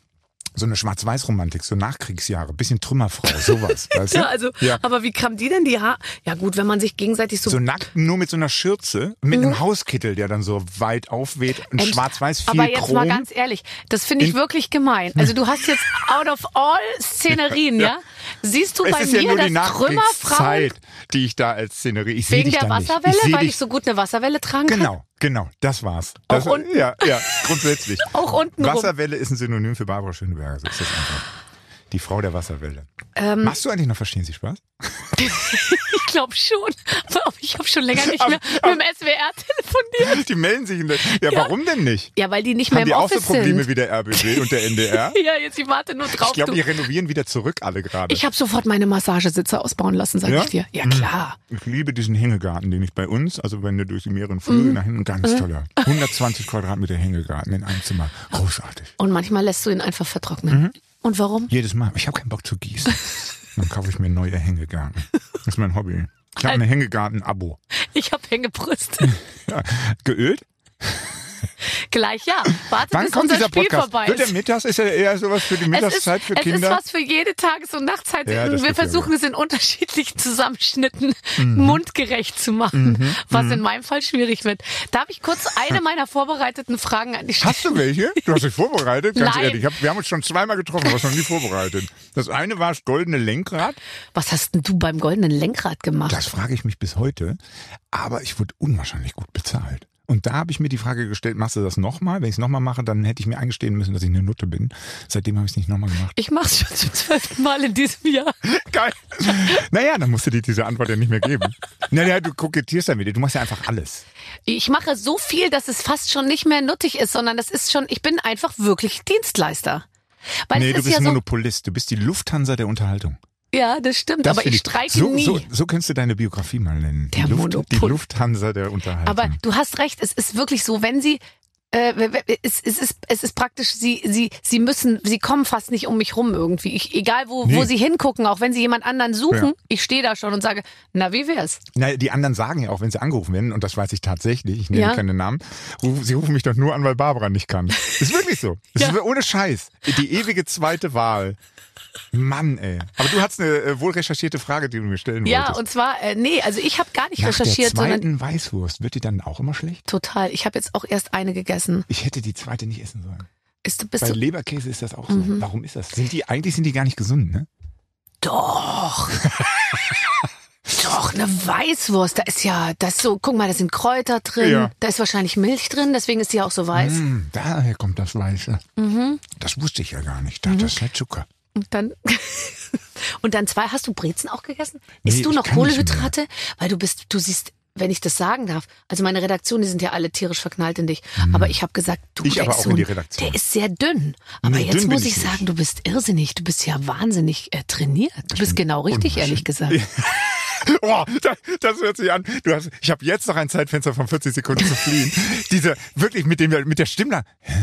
Speaker 4: so eine Schwarz-Weiß-Romantik, so Nachkriegsjahre, bisschen Trümmerfrau, sowas. weißt du?
Speaker 2: ja, also,
Speaker 4: ja.
Speaker 2: aber wie kam die denn die Haare? Ja gut, wenn man sich gegenseitig so,
Speaker 4: So nackt, nur mit so einer Schürze, mit
Speaker 2: Mhm.
Speaker 4: einem Hauskittel, der dann so weit aufweht und
Speaker 2: Mensch,
Speaker 4: schwarz-weiß viel
Speaker 2: Aber jetzt
Speaker 4: Chrom.
Speaker 2: mal ganz ehrlich, das finde ich
Speaker 4: In- Hm.
Speaker 2: wirklich gemein. Also du hast jetzt out of all Szenerien, ja? Siehst du
Speaker 4: es
Speaker 2: bei
Speaker 4: ist
Speaker 2: mir,
Speaker 4: ja nur die
Speaker 2: dass Trümmerfrauen
Speaker 4: Nachkriegszeit, die ich da als Szenerie. Ich sehe
Speaker 2: wegen
Speaker 4: dich
Speaker 2: der
Speaker 4: da nicht.
Speaker 2: Wasserwelle,
Speaker 4: ich seh
Speaker 2: weil
Speaker 4: dich,
Speaker 2: ich so gut eine Wasserwelle tragen kann?
Speaker 4: Genau, genau, das war's. Das,
Speaker 2: Auch unten?
Speaker 4: Ja, ja, grundsätzlich.
Speaker 2: Auch untenrum.
Speaker 4: Wasserwelle ist ein Synonym für Barbara Schöneberger, so ist das einfach. Die Frau der Wasserwelle.
Speaker 2: Ähm,
Speaker 4: Machst du eigentlich noch Verstehen Sie Spaß?
Speaker 2: Ich glaube schon. Aber ich habe schon länger nicht
Speaker 4: Aber-
Speaker 2: mehr mit dem SWR telefoniert.
Speaker 4: Die melden sich in der, ja, warum denn nicht?
Speaker 2: Ja, weil die nicht mehr im
Speaker 4: Haben die auch so
Speaker 2: Office
Speaker 4: Probleme
Speaker 2: sind.
Speaker 4: wie der RBB und der NDR?
Speaker 2: Ja, jetzt ich warte nur drauf.
Speaker 4: Ich glaube,
Speaker 2: du.
Speaker 4: die renovieren wieder zurück alle gerade.
Speaker 2: ich habe sofort meine Massagesitze ausbauen lassen, sag
Speaker 4: Ja? Mhm.
Speaker 2: ich dir. Ja, klar.
Speaker 4: Ich liebe diesen Hängegarten, den ich bei uns, also wenn du durch die mehreren
Speaker 2: Mhm.
Speaker 4: Flügel nach hinten, ganz toller. 120 Quadratmeter Hängegarten in einem Zimmer. Großartig.
Speaker 2: Und manchmal lässt du ihn einfach vertrocknen.
Speaker 4: Mhm.
Speaker 2: Und warum?
Speaker 4: Jedes Mal. Ich habe keinen Bock zu gießen. Dann kaufe ich mir neue Hängegarten. Das ist mein Hobby. Ich habe ein Hängegarten-Abo.
Speaker 2: Ich habe Hängebrust.
Speaker 4: Ja. Geölt?
Speaker 2: Gleich ja. Warte,
Speaker 4: Wann
Speaker 2: bis
Speaker 4: kommt
Speaker 2: unser
Speaker 4: dieser
Speaker 2: Spiel
Speaker 4: Podcast?
Speaker 2: vorbei
Speaker 4: Wird der
Speaker 2: ist.
Speaker 4: mittags? Ist ja eher sowas für
Speaker 2: Es
Speaker 4: die
Speaker 2: ist,
Speaker 4: Mittagszeit für
Speaker 2: es ist
Speaker 4: Kinder.
Speaker 2: was für jede Tages- und Nachtzeit.
Speaker 4: Ja, das
Speaker 2: wir
Speaker 4: stimmt ja Mhm.
Speaker 2: versuchen
Speaker 4: wohl.
Speaker 2: es in unterschiedlichen Zusammenschnitten mundgerecht zu machen,
Speaker 4: Mhm.
Speaker 2: was in meinem Fall schwierig wird. Darf ich kurz eine meiner vorbereiteten Fragen an dich stellen?
Speaker 4: Hast du welche? Du hast dich vorbereitet? Ganz
Speaker 2: Nein.
Speaker 4: ehrlich. Ich hab, wir haben uns schon zweimal getroffen, aber noch nie vorbereitet. Das eine war das goldene Lenkrad.
Speaker 2: Was hast denn du beim goldenen Lenkrad gemacht?
Speaker 4: Das frage ich mich bis heute. Aber ich wurde unwahrscheinlich gut bezahlt. Und da habe ich mir die Frage gestellt, machst du das nochmal? Wenn ich es nochmal mache, dann hätte ich mir eingestehen müssen, dass ich eine Nutte bin. Seitdem habe ich es nicht nochmal gemacht.
Speaker 2: Ich mach's schon zum zwölften Mal in diesem Jahr.
Speaker 4: Geil. Naja, dann musst du dir diese Antwort ja nicht mehr geben. Naja, du kokettierst damit. Du machst ja einfach alles.
Speaker 2: Ich mache so viel, dass es fast schon nicht mehr nuttig ist, sondern das ist schon, ich bin einfach wirklich Dienstleister. Weil Also es
Speaker 4: nee, du
Speaker 2: ist
Speaker 4: bist
Speaker 2: ja so,
Speaker 4: Monopolist. Du bist die Lufthansa der Unterhaltung.
Speaker 2: ja, das stimmt, aber
Speaker 4: find
Speaker 2: ich streike
Speaker 4: so,
Speaker 2: nie.
Speaker 4: So, so könntest du deine Biografie mal nennen.
Speaker 2: Der
Speaker 4: die, Luft,
Speaker 2: Monopol-
Speaker 4: die Lufthansa der Unterhaltung.
Speaker 2: aber du hast recht, es ist wirklich so, wenn sie, äh, es, es, ist, es ist praktisch, sie, sie, sie müssen, sie kommen fast nicht um mich rum irgendwie. Ich, egal wo, wo
Speaker 4: Nee.
Speaker 2: sie hingucken, auch wenn sie jemand anderen suchen,
Speaker 4: Ja.
Speaker 2: ich stehe da schon und sage, na, wie wär's?
Speaker 4: Na, die anderen sagen ja auch, wenn sie angerufen werden, und das weiß ich tatsächlich, ich nenne
Speaker 2: Ja.
Speaker 4: keine Namen, ruf, sie rufen mich doch nur an, weil Barbara nicht kann. Ist wirklich so. Das
Speaker 2: Ja.
Speaker 4: ist ohne Scheiß. Die ewige zweite Wahl. Mann, ey. Aber du hast eine äh, wohl recherchierte Frage, die du mir stellen
Speaker 2: Ja,
Speaker 4: wolltest.
Speaker 2: und zwar, äh, nee, also ich habe gar nicht
Speaker 4: Nach
Speaker 2: recherchiert,
Speaker 4: der
Speaker 2: sondern
Speaker 4: zweiten Weißwurst, wird die dann auch immer schlecht?
Speaker 2: Total. Ich habe jetzt auch erst eine gegessen.
Speaker 4: Ich hätte die zweite nicht essen sollen.
Speaker 2: Ist du, bist
Speaker 4: Bei
Speaker 2: du,
Speaker 4: Leberkäse ist das auch so.
Speaker 2: Mhm.
Speaker 4: Warum ist das? Sind die, eigentlich sind die gar nicht gesund, ne?
Speaker 2: doch. doch, eine Weißwurst. Da ist ja, das ist so, guck mal, da sind Kräuter drin.
Speaker 4: Ja.
Speaker 2: Da ist wahrscheinlich Milch drin, deswegen ist die auch so weiß.
Speaker 4: Hm, daher kommt das Weiße.
Speaker 2: Mhm.
Speaker 4: Das wusste ich ja gar nicht. Ich dachte, Das ist ja Zucker.
Speaker 2: Und dann. Und dann zwei, hast du Brezen auch gegessen?
Speaker 4: Nee,
Speaker 2: Isst du
Speaker 4: ich
Speaker 2: noch
Speaker 4: kann nicht
Speaker 2: Kohlehydrate? Weil du bist, du siehst, wenn ich das sagen darf, also meine Redaktion, die sind ja alle tierisch verknallt in dich. Aber ich habe gesagt, du
Speaker 4: Mhm. Ich
Speaker 2: der
Speaker 4: aber
Speaker 2: ist
Speaker 4: auch
Speaker 2: so
Speaker 4: in die
Speaker 2: ein-
Speaker 4: Redaktion.
Speaker 2: Der ist sehr dünn. Aber
Speaker 4: Nee,
Speaker 2: jetzt
Speaker 4: dünn bin
Speaker 2: muss
Speaker 4: ich
Speaker 2: ich
Speaker 4: nicht.
Speaker 2: sagen, du bist irrsinnig. Du bist ja wahnsinnig äh, trainiert. Du bist genau richtig, ehrlich gesagt.
Speaker 4: Oh, das, das hört sich an. Du hast, ich habe jetzt noch ein Zeitfenster von 40 Sekunden zu fliehen. Diese, wirklich mit dem, mit der Stimmlage. Hä,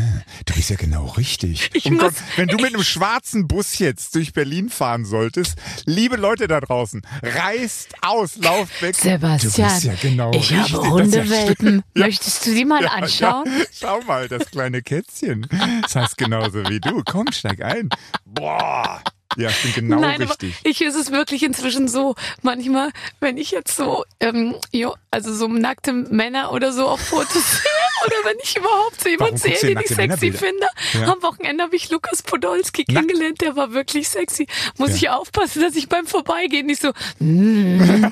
Speaker 4: Du bist ja genau richtig.
Speaker 2: Ich
Speaker 4: Um
Speaker 2: muss-
Speaker 4: Gott, wenn du mit einem schwarzen Bus jetzt durch Berlin fahren solltest, liebe Leute da draußen, reißt aus, lauft weg.
Speaker 2: Sebastian,
Speaker 4: du bist ja genau
Speaker 2: ich
Speaker 4: richtig.
Speaker 2: habe
Speaker 4: Das ist ja schlimm.
Speaker 2: Hundewelpen. Möchtest du die mal anschauen?
Speaker 4: Ja, schau mal, das kleine Kätzchen. Das heißt genauso wie du. Komm, steig ein. Boah, Ja, ich bin genau
Speaker 2: Nein,
Speaker 4: richtig.
Speaker 2: aber ich ist es wirklich inzwischen so. Manchmal, wenn ich jetzt so, ähm, jo, also so nackte Männer oder so auf Fotos sehe, oder wenn ich überhaupt so jemanden
Speaker 4: Warum
Speaker 2: sehe,
Speaker 4: guckst du
Speaker 2: den ich
Speaker 4: nackte
Speaker 2: sexy finde.
Speaker 4: Männerbilder? Ja.
Speaker 2: Am Wochenende habe ich Lukas Podolski
Speaker 4: Nackt?
Speaker 2: kennengelernt, der war wirklich sexy. Muss
Speaker 4: Ja.
Speaker 2: ich aufpassen, dass ich beim Vorbeigehen nicht so, mm,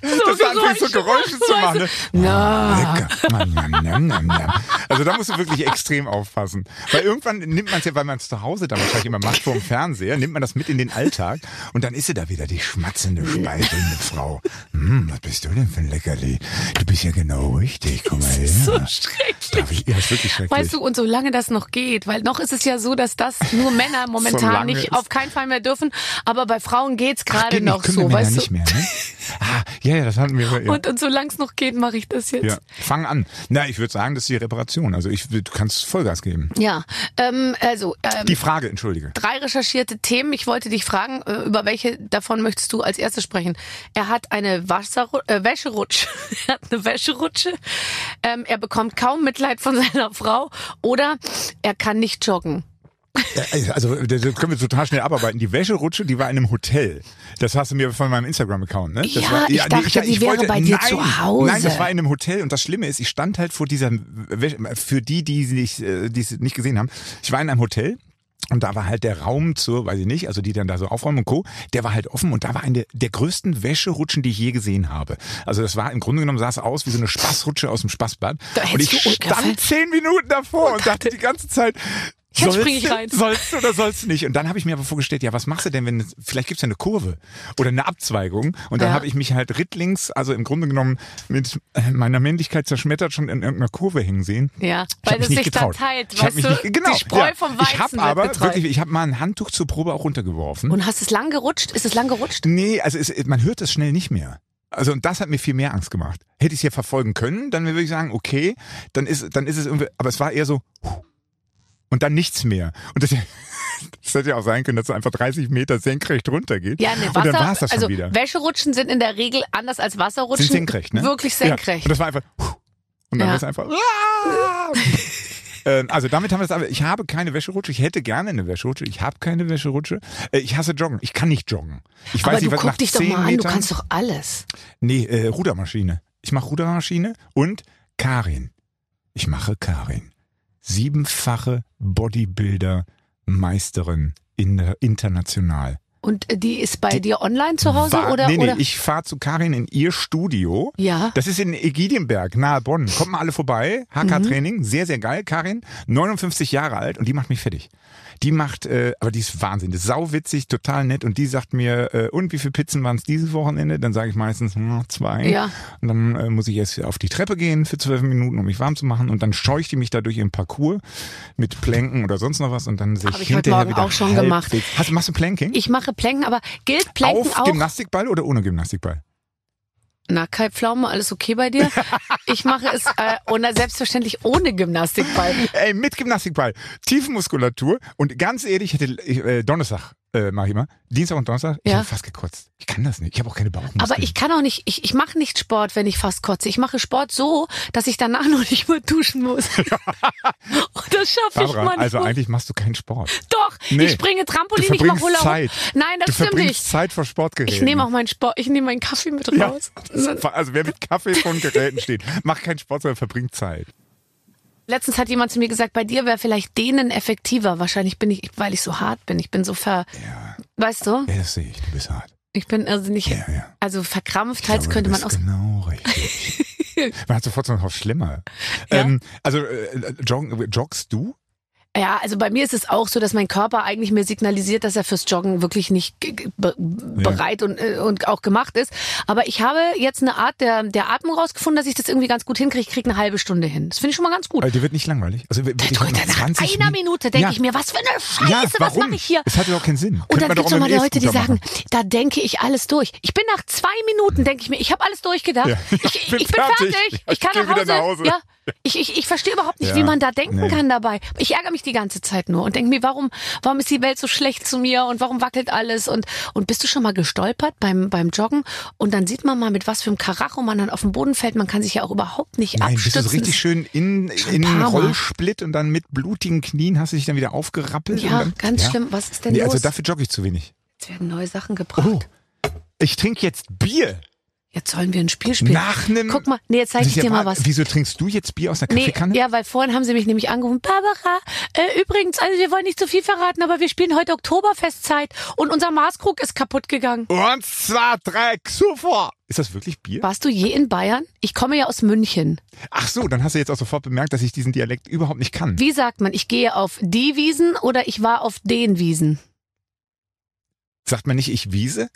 Speaker 2: so
Speaker 4: Dass du anfängst, halt so Geräusche zu machen. ne?
Speaker 2: weißt du? Na.
Speaker 4: Lecker. Nam, nam, nam, nam, nam. Also da musst du wirklich extrem aufpassen. Weil irgendwann nimmt man es ja, weil man es zu Hause dann wahrscheinlich immer macht vor dem Fernseher, nimmt man das mit in den Alltag und dann ist sie da wieder, die schmatzende, schmeichelnde Frau. Hm, was bist du denn für ein Leckerli? Du bist ja genau richtig, komm mal her.
Speaker 2: So schrecklich.
Speaker 4: Darf ich? Ja, ist wirklich schrecklich.
Speaker 2: Weißt du, und solange das noch geht, weil noch ist es ja so, dass das nur Männer momentan
Speaker 4: Solange
Speaker 2: nicht
Speaker 4: es-
Speaker 2: auf keinen Fall mehr dürfen, aber bei Frauen geht's
Speaker 4: Ach,
Speaker 2: gerade
Speaker 4: geht
Speaker 2: noch
Speaker 4: können
Speaker 2: so,
Speaker 4: wir Männer
Speaker 2: weißt
Speaker 4: nicht
Speaker 2: du?
Speaker 4: mehr, ne? Ah, ja, ja, das hatten wir. Ja.
Speaker 2: Und, und solange es noch geht, mache ich das jetzt.
Speaker 4: ja. Fang an. Na, ich würde sagen, das ist die Reparation. Also ich, würd- du kannst Vollgas geben.
Speaker 2: Ja, ähm, also ähm,
Speaker 4: Die Frage, entschuldige.
Speaker 2: drei recherchierte Themen. Ich wollte dich fragen, äh, über welche davon möchtest du als erstes sprechen? Er hat eine Wasserru äh, Wäscherutsche. er hat eine Wäscherutsche. Ähm, er bekommt kaum Mitleid von seiner Frau oder er kann nicht joggen.
Speaker 4: Ja, Also, das können wir total schnell abarbeiten. Die Wäscherutsche, die war in einem Hotel. Das hast du mir von meinem Instagram-Account, ne? Das
Speaker 2: Ja,
Speaker 4: war,
Speaker 2: ich dachte, die wäre bei dir
Speaker 4: nein,
Speaker 2: zu Hause.
Speaker 4: Nein, das war in einem Hotel. Und das Schlimme ist, ich stand halt vor dieser, Wäsche- für die, die sie nicht, äh, die es nicht gesehen haben. Ich war in einem Hotel. Und da war halt der Raum zur, weiß ich nicht, also die dann da so aufräumen und Co., der war halt offen und da war eine der größten Wäscherutschen, die ich je gesehen habe. Also das war im Grunde genommen, sah es aus wie so eine Spaßrutsche aus dem Spaßbad.
Speaker 2: Da
Speaker 4: und
Speaker 2: hättest
Speaker 4: ich
Speaker 2: du umgefallen.
Speaker 4: stand zehn Minuten davor und dachte die ganze Zeit,
Speaker 2: Jetzt
Speaker 4: sollst
Speaker 2: spring ich
Speaker 4: du-
Speaker 2: rein.
Speaker 4: Sollst du oder sollst du nicht? Und dann habe ich mir aber vorgestellt, ja, was machst du denn, wenn es- vielleicht gibt's ja eine Kurve oder eine Abzweigung. Und dann
Speaker 2: Ja.
Speaker 4: habe ich mich halt rittlings, also im Grunde genommen mit äh, meiner Männlichkeit zerschmettert, schon in irgendeiner Kurve hängen sehen.
Speaker 2: Ja,
Speaker 4: Ich hab
Speaker 2: weil
Speaker 4: mich
Speaker 2: es
Speaker 4: nicht
Speaker 2: sich dann
Speaker 4: getraut.
Speaker 2: teilt,
Speaker 4: Ich hab
Speaker 2: weißt
Speaker 4: mich
Speaker 2: du?
Speaker 4: nicht, genau,
Speaker 2: die Spreu
Speaker 4: ja.
Speaker 2: vom Weizen
Speaker 4: Ich habe
Speaker 2: wird
Speaker 4: aber
Speaker 2: geteilt.
Speaker 4: wirklich, ich habe mal ein Handtuch zur Probe auch runtergeworfen.
Speaker 2: Und hast es lang gerutscht? Ist es lang gerutscht?
Speaker 4: Nee, also es, man hört es schnell nicht mehr. Also und das hat mir viel mehr Angst gemacht. Hätte ich es ja verfolgen können, dann würde ich sagen, okay, dann ist, dann ist es irgendwie, aber es war eher so huh, und dann nichts mehr. Und das, das hätte ja auch sein können, dass es einfach 30 Meter senkrecht runtergeht.
Speaker 2: Ja, ne,
Speaker 4: und
Speaker 2: Wasser,
Speaker 4: dann war es das schon
Speaker 2: also
Speaker 4: wieder.
Speaker 2: Wäscherutschen sind in der Regel anders als Wasserrutschen.
Speaker 4: Sind senkrecht, ne?
Speaker 2: Wirklich senkrecht.
Speaker 4: Ja, und das war einfach huh, und dann
Speaker 2: Ja.
Speaker 4: war es einfach. ah. Ähm, Also damit haben wir es aber. Ich habe keine Wäscherutsche. Ich hätte gerne eine Wäscherutsche. Ich habe keine Wäscherutsche. Äh, Ich hasse Joggen. Ich kann nicht joggen. Ich
Speaker 2: Aber
Speaker 4: weiß
Speaker 2: du
Speaker 4: nicht, was
Speaker 2: guck
Speaker 4: nach
Speaker 2: dich doch
Speaker 4: 10
Speaker 2: mal an, du
Speaker 4: Metern-
Speaker 2: kannst doch alles.
Speaker 4: Nee, äh, Rudermaschine. Ich mache Rudermaschine und Karin. Ich mache Karin. Siebenfache Bodybuilder-Meisterin in der international.
Speaker 2: Und äh, die ist bei dir online zu Hause
Speaker 4: War-
Speaker 2: oder?
Speaker 4: nee, nee,
Speaker 2: oder?
Speaker 4: ich fahre zu Karin in ihr Studio.
Speaker 2: Ja.
Speaker 4: Das ist in Egidienberg, nahe Bonn. Kommt mal alle vorbei.
Speaker 2: Mhm.
Speaker 4: HK-Training, sehr, sehr geil. Karin, 59 Jahre alt und die macht mich fertig. Die macht, äh, aber die ist Wahnsinn, die ist sauwitzig, total nett und die sagt mir, äh, und wie viele Pizzen waren es dieses Wochenende? Dann sage ich meistens, hm, zwei.
Speaker 2: Ja.
Speaker 4: Und dann äh, muss ich erst auf die Treppe gehen für zwölf Minuten, um mich warm zu machen. Und dann scheucht die mich da durch ihren Parcours mit Plänken oder sonst noch was. Und dann sehe ich,
Speaker 2: Hab ich heute
Speaker 4: hinterher
Speaker 2: Morgen
Speaker 4: wieder
Speaker 2: auch schon gemacht.
Speaker 4: halbwegs- Hast, machst du Planking?
Speaker 2: ich mache Planken, aber gilt Planken
Speaker 4: auf
Speaker 2: auch?
Speaker 4: Gymnastikball oder ohne Gymnastikball?
Speaker 2: Na, Kai Pflaume, alles okay bei dir? ich mache es äh, und dann selbstverständlich ohne Gymnastikball.
Speaker 4: Ey, mit Gymnastikball, Tiefenmuskulatur und ganz ehrlich, ich hätte ich, äh, Donnerstag äh, mache ich immer, Dienstag und Donnerstag, ich
Speaker 2: Ja.
Speaker 4: hab fast gekotzt. Ich kann das nicht. Ich habe auch keine Bauchmuskeln.
Speaker 2: Aber ich kann auch nicht, ich, ich mache nicht Sport, wenn ich fast kotze. Ich mache Sport so, dass ich danach noch nicht mal duschen muss. Und das schaffe ich
Speaker 4: Barbara,
Speaker 2: manchmal.
Speaker 4: also eigentlich machst du keinen Sport.
Speaker 2: Doch,
Speaker 4: Nee.
Speaker 2: ich springe Trampolin,
Speaker 4: du
Speaker 2: ich mache
Speaker 4: verbringst
Speaker 2: Hula
Speaker 4: Zeit.
Speaker 2: Nein, das
Speaker 4: du
Speaker 2: stimmt
Speaker 4: verbringst
Speaker 2: nicht.
Speaker 4: Zeit vor Sportgeräten.
Speaker 2: Ich nehme auch meinen Sport, ich nehme meinen Kaffee mit
Speaker 4: Ja.
Speaker 2: raus.
Speaker 4: Also wer mit Kaffee von Geräten steht, macht keinen Sport, sondern verbringt Zeit.
Speaker 2: Letztens hat jemand zu mir gesagt, bei dir wäre vielleicht denen effektiver. Wahrscheinlich bin ich, weil ich so hart bin. Ich bin so ver,
Speaker 4: Ja,
Speaker 2: weißt du,
Speaker 4: ja das sehe ich. Du bist hart.
Speaker 2: ich bin also nicht,
Speaker 4: Ja, ja.
Speaker 2: also verkrampft halt
Speaker 4: Aber
Speaker 2: könnte
Speaker 4: du
Speaker 2: man
Speaker 4: bist
Speaker 2: auch.
Speaker 4: Genau richtig. man hat sofort so noch schlimmer.
Speaker 2: Ja.
Speaker 4: Ähm, also äh, joggen, joggst du?
Speaker 2: Ja, also bei mir ist es auch so, dass mein Körper eigentlich mir signalisiert, dass er fürs Joggen wirklich nicht ge- ge- be bereit und, äh, und auch gemacht ist. Aber ich habe jetzt eine Art der, der Atmung rausgefunden, dass ich das irgendwie ganz gut hinkriege. Ich kriege eine halbe Stunde hin. Das finde ich schon mal ganz gut.
Speaker 4: Äh, dir wird nicht langweilig. Also, wir- wir-
Speaker 2: Du,
Speaker 4: wir-
Speaker 2: nach
Speaker 4: 20
Speaker 2: einer
Speaker 4: Min-
Speaker 2: Minute denke
Speaker 4: Ja.
Speaker 2: ich mir, was für eine Scheiße,
Speaker 4: ja,
Speaker 2: was
Speaker 4: warum?
Speaker 2: mache ich hier?
Speaker 4: Es hat ja auch keinen Sinn.
Speaker 2: Und dann
Speaker 4: Könnte man
Speaker 2: gibt es
Speaker 4: doch auch
Speaker 2: mal
Speaker 4: mit dem
Speaker 2: Leute, die
Speaker 4: E-Scooter
Speaker 2: sagen,
Speaker 4: machen.
Speaker 2: da denke ich alles durch. Ich bin nach zwei Minuten, denke ich mir, ich habe alles durchgedacht.
Speaker 4: Ja.
Speaker 2: Ich, ich, bin fertig.
Speaker 4: Ja,
Speaker 2: Ich kann
Speaker 4: ich geh
Speaker 2: nach Hause.
Speaker 4: wieder nach Hause.
Speaker 2: Ja, Ich, ich, ich verstehe überhaupt nicht,
Speaker 4: Ja,
Speaker 2: wie man da denken
Speaker 4: nee.
Speaker 2: kann dabei. Ich ärgere mich die ganze Zeit nur und denke mir, warum, warum ist die Welt so schlecht zu mir und warum wackelt alles? Und, und bist du schon mal gestolpert beim, beim Joggen? Und dann sieht man mal, mit was für einem Karacho man dann auf den Boden fällt. Man kann sich ja auch überhaupt nicht
Speaker 4: Nein, bist
Speaker 2: abstützen.
Speaker 4: du so richtig schön in,
Speaker 2: Schon
Speaker 4: in
Speaker 2: ein
Speaker 4: einen
Speaker 2: paar Mal.
Speaker 4: Rollsplit und dann mit blutigen Knien hast du dich dann wieder aufgerappelt? und
Speaker 2: ja,
Speaker 4: dann,
Speaker 2: ganz
Speaker 4: Ja.
Speaker 2: schlimm. Was ist denn
Speaker 4: Nee,
Speaker 2: los?
Speaker 4: also dafür jogge ich zu wenig.
Speaker 2: Jetzt werden neue Sachen gebracht.
Speaker 4: Oh, ich trinke jetzt Bier.
Speaker 2: Jetzt sollen wir ein Spiel spielen.
Speaker 4: Nach einem-
Speaker 2: Guck mal, nee, jetzt zeige
Speaker 4: Das
Speaker 2: ich
Speaker 4: ist ja
Speaker 2: dir mal
Speaker 4: wahr.
Speaker 2: was.
Speaker 4: Wieso trinkst du jetzt Bier aus einer
Speaker 2: Nee,
Speaker 4: Kaffeekanne?
Speaker 2: ja, weil vorhin haben sie mich nämlich angerufen. Barbara, äh, übrigens, also wir wollen nicht zu viel verraten, aber wir spielen heute Oktoberfestzeit und unser Maßkrug ist kaputt gegangen.
Speaker 4: Und zwar Dreck, sofort. Ist das wirklich Bier?
Speaker 2: Warst du je in Bayern? Ich komme ja aus München.
Speaker 4: Ach so, dann hast du jetzt auch sofort bemerkt, dass ich diesen Dialekt überhaupt nicht kann.
Speaker 2: Wie sagt man, ich gehe auf die Wiesen oder ich war auf den Wiesen?
Speaker 4: Sagt man nicht, ich wiese?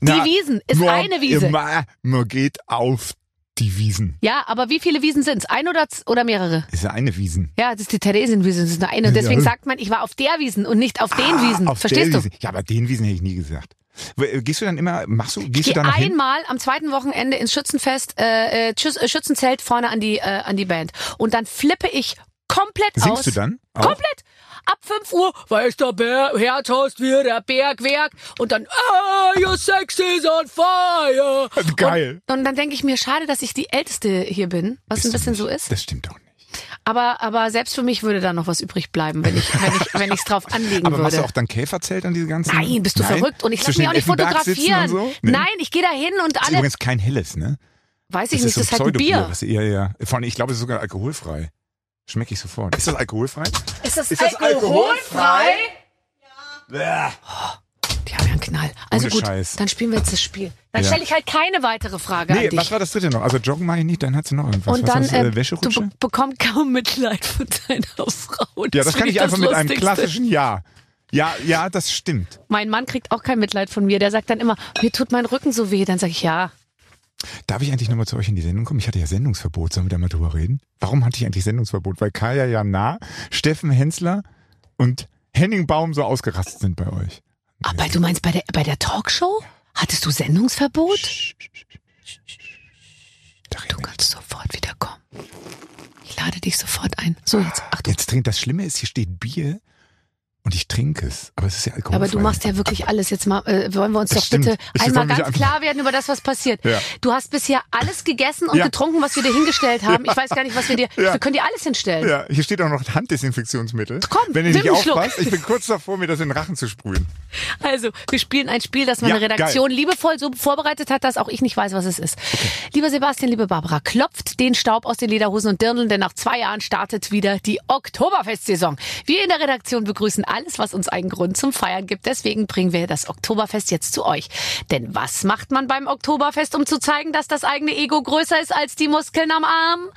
Speaker 2: Die Wiesen ist
Speaker 4: nur
Speaker 2: eine Wiese.
Speaker 4: Immer, nur geht auf die Wiesen.
Speaker 2: Ja, aber wie viele Wiesen sind's? Ein oder, z- oder mehrere?
Speaker 4: Ist ja eine Wiesen.
Speaker 2: Ja, das ist die Theresienwiese, das ist nur eine. Und deswegen
Speaker 4: Ja.
Speaker 2: sagt man, ich war auf der Wiesen und nicht auf den
Speaker 4: Ah,
Speaker 2: Wiesen.
Speaker 4: Auf
Speaker 2: Verstehst
Speaker 4: der
Speaker 2: du?
Speaker 4: Wiesen. Ja, aber den Wiesen hätte ich nie gesagt. W- äh, Gehst du dann immer, machst du, gehst
Speaker 2: Geh
Speaker 4: du da noch hin?
Speaker 2: einmal am zweiten Wochenende ins Schützenfest, äh, äh, Schüs- äh, Schützenzelt vorne an die, äh, an die Band. Und dann flippe ich komplett aus.
Speaker 4: Singst du dann? auch?
Speaker 2: Komplett. Ab 5 Uhr, weiß der Bär, Herz hast wir der Bergwerk. Und dann, ah, your sex is on fire.
Speaker 4: Geil.
Speaker 2: Und, und dann denke ich mir, schade, dass ich die Älteste hier bin, was
Speaker 4: Bist
Speaker 2: ein
Speaker 4: du
Speaker 2: bisschen
Speaker 4: nicht.
Speaker 2: so ist.
Speaker 4: Das stimmt doch nicht.
Speaker 2: Aber, aber selbst für mich würde da noch was übrig bleiben, wenn ich wenn ich, wenn ich's drauf anlegen
Speaker 4: Aber machst du
Speaker 2: würde.
Speaker 4: auch dann Käferzelt und diese ganzen?
Speaker 2: Nein, bist du verrückt? Und ich lasse mich auch nicht
Speaker 4: Zwischen den Effenberg sitzen
Speaker 2: fotografieren.
Speaker 4: Und so? Nee.
Speaker 2: Nein, ich gehe da hin und
Speaker 4: Das ist
Speaker 2: alle.
Speaker 4: übrigens kein helles, ne?
Speaker 2: Weiß ich
Speaker 4: ist
Speaker 2: nicht,
Speaker 4: so
Speaker 2: das ist halt ein Bier.
Speaker 4: Was, ja, ja. Vor allem, ich glaube, es ist sogar alkoholfrei. Schmecke ich sofort. Ist das alkoholfrei?
Speaker 2: Ist das,
Speaker 4: Ist das alkoholfrei? Bäh.
Speaker 2: Die haben ja einen Knall. Also
Speaker 4: Ohne
Speaker 2: gut,
Speaker 4: Scheiß.
Speaker 2: dann spielen wir jetzt das Spiel. Dann
Speaker 4: Ja.
Speaker 2: stelle ich halt keine weitere Frage
Speaker 4: Nee,
Speaker 2: an dich.
Speaker 4: was war das dritte noch? Also Joggen mache ich nicht, dann hat sie noch irgendwas.
Speaker 2: und
Speaker 4: was
Speaker 2: dann,
Speaker 4: ist das,
Speaker 2: äh,
Speaker 4: äh,
Speaker 2: du
Speaker 4: Wäscherutsche?
Speaker 2: be bekommst kaum Mitleid von deiner Frau.
Speaker 4: Ja, das
Speaker 2: finde
Speaker 4: kann ich
Speaker 2: das
Speaker 4: einfach mit einem
Speaker 2: Lustigste.
Speaker 4: klassischen Ja. Ja, ja, das stimmt.
Speaker 2: Mein Mann kriegt auch kein Mitleid von mir. Der sagt dann immer, mir tut mein Rücken so weh. Dann sage ich, ja.
Speaker 4: Darf ich eigentlich nochmal zu euch in die Sendung kommen? Ich hatte ja Sendungsverbot. Sollen wir da mal drüber reden? Warum hatte ich eigentlich Sendungsverbot? Weil Kaya Jana, Steffen Hensler und Henning Baum so ausgerastet sind bei euch.
Speaker 2: Aber du meinst, bei der, bei der Talkshow hattest du Sendungsverbot? Du kannst sofort wiederkommen. Ich lade dich sofort ein. So, jetzt, Achtung.
Speaker 4: Jetzt trinkt. Das Schlimme ist, hier steht Bier und ich trinke es. Aber es ist ja alkoholfrei.
Speaker 2: Aber du machst ja wirklich alles. Jetzt mal, äh, wollen wir uns
Speaker 4: Das
Speaker 2: doch
Speaker 4: stimmt.
Speaker 2: bitte
Speaker 4: Ich
Speaker 2: einmal
Speaker 4: soll mich
Speaker 2: ganz
Speaker 4: einfach-
Speaker 2: klar werden über das, was passiert.
Speaker 4: Ja.
Speaker 2: Du hast bisher alles gegessen und
Speaker 4: Ja.
Speaker 2: getrunken, was wir dir hingestellt haben. Ich weiß gar nicht, was wir dir.
Speaker 4: Ja.
Speaker 2: Wir können dir alles hinstellen.
Speaker 4: Ja, hier steht auch noch Handdesinfektionsmittel.
Speaker 2: Komm,
Speaker 4: Wenn ihr
Speaker 2: nimm
Speaker 4: nicht
Speaker 2: einen Schluck.
Speaker 4: aufpasst, ich bin kurz davor, mir das in den Rachen zu sprühen.
Speaker 2: Also, wir spielen ein Spiel, das meine
Speaker 4: Ja,
Speaker 2: Redaktion liebevoll so vorbereitet hat, dass auch ich nicht weiß, was es ist. Lieber Sebastian, liebe Barbara, klopft den Staub aus den Lederhosen und Dirndeln, denn nach zwei Jahren startet wieder die Oktoberfestsaison. Wir in der Redaktion begrüßen alles, was uns einen Grund zum Feiern gibt. Deswegen bringen wir das Oktoberfest jetzt zu euch. Denn was macht man beim Oktoberfest, um zu zeigen, dass das eigene Ego größer ist als die Muskeln am Arm?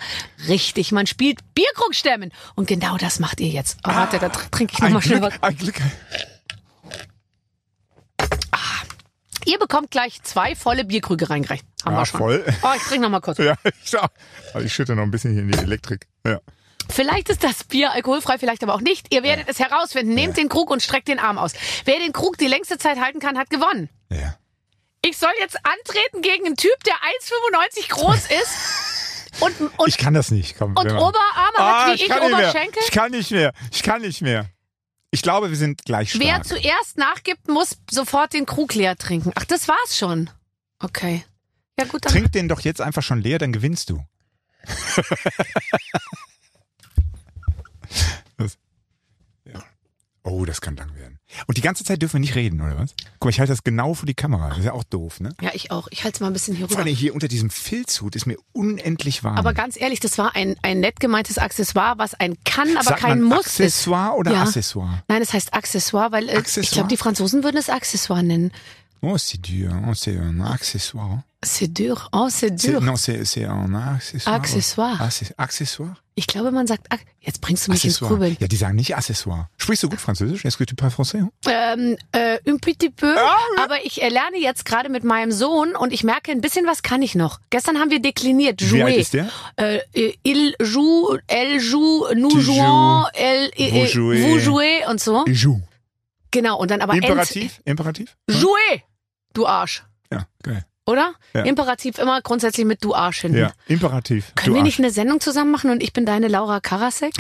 Speaker 2: Richtig, man spielt Bierkrugstämmen. Und genau das macht ihr jetzt. Oh, warte, da tr- trinke ich
Speaker 4: Ein
Speaker 2: nochmal schnell was.
Speaker 4: Glück, ein Glück.
Speaker 2: Ihr bekommt gleich zwei volle Bierkrüge reingereicht. Haben
Speaker 4: Ah,
Speaker 2: wir schon.
Speaker 4: voll.
Speaker 2: Oh, ich trinke noch mal kurz.
Speaker 4: Ja, ich, schau. Aber ich schütte noch ein bisschen hier in die Elektrik. Ja.
Speaker 2: Vielleicht ist das Bier alkoholfrei, vielleicht aber auch nicht. Ihr werdet es herausfinden. Nehmt den Krug und streckt den Arm aus. Wer den Krug die längste Zeit halten kann, hat gewonnen.
Speaker 4: ja.
Speaker 2: Ich soll jetzt antreten gegen einen Typ, der 1,95 groß ist und, und,
Speaker 4: ich kann das nicht. Komm,
Speaker 2: und
Speaker 4: wir machen.
Speaker 2: Oberarme hat wie ich,
Speaker 4: Ah, kann nicht mehr.
Speaker 2: Oberschenkel.
Speaker 4: Ich kann nicht mehr. Ich kann nicht mehr. Ich glaube, wir sind gleich
Speaker 2: Wer
Speaker 4: stark.
Speaker 2: zuerst nachgibt, muss sofort den Krug leer trinken. Ach, das war's schon. Okay. Ja gut, dann
Speaker 4: Trink den doch jetzt einfach schon leer, dann gewinnst du. das, ja. Oh, das kann lang werden. Und die ganze Zeit dürfen wir nicht reden, oder was? Guck mal, ich halte das genau vor die Kamera. Das ist ja auch doof, ne?
Speaker 2: Ja, ich auch. Ich halte es mal ein bisschen hier
Speaker 4: Vor
Speaker 2: rüber.
Speaker 4: allem hier unter diesem Filzhut ist mir unendlich warm.
Speaker 2: Aber ganz ehrlich, das war ein, ein nett gemeintes Accessoire, was ein kann, aber
Speaker 4: Sagt
Speaker 2: kein
Speaker 4: man
Speaker 2: Muss ist.
Speaker 4: Accessoire oder
Speaker 2: Ja.
Speaker 4: Accessoire?
Speaker 2: Nein, es heißt Accessoire, weil äh, ich
Speaker 4: Accessoire?
Speaker 2: glaube, die Franzosen würden es Accessoire nennen.
Speaker 4: Oh, c'est dur. Oh, c'est un accessoire. hein.
Speaker 2: C'est dur, oh, c'est
Speaker 4: C'est,
Speaker 2: dur.
Speaker 4: non, c'est, c'est un accessoire.
Speaker 2: Accessoire.
Speaker 4: Access- Accessoire?
Speaker 2: Ich glaube, man sagt, Ac- jetzt bringst du mich ins
Speaker 4: Accessoire.
Speaker 2: Grübeln.
Speaker 4: Ja, die sagen nicht Accessoire. Sprichst du gut Französisch? Est-ce que tu parles français? hein?
Speaker 2: Ähm, äh, un petit peu,
Speaker 4: Ah,
Speaker 2: aber ich äh, lerne jetzt gerade mit meinem Sohn und ich merke, ein bisschen was kann ich noch. Gestern haben wir dekliniert,
Speaker 4: Wie alt
Speaker 2: jouer.
Speaker 4: ist der?
Speaker 2: Äh, äh, il joue, elle joue, nous
Speaker 4: Tu
Speaker 2: jouons, elle, äh,
Speaker 4: vous jouez.
Speaker 2: vous jouez und so.
Speaker 4: Ich joue.
Speaker 2: Bah, Genau, und dann aber ent-
Speaker 4: Hm? Imperativ? Imperativ?
Speaker 2: Jouer, du Arsch.
Speaker 4: Ah, Ja, geil.
Speaker 2: Oder?
Speaker 4: Ja.
Speaker 2: Imperativ immer grundsätzlich mit du Arsch hinten.
Speaker 4: Ja, imperativ.
Speaker 2: Können wir
Speaker 4: Arsch.
Speaker 2: nicht eine Sendung zusammen machen und ich bin deine Laura Karasek?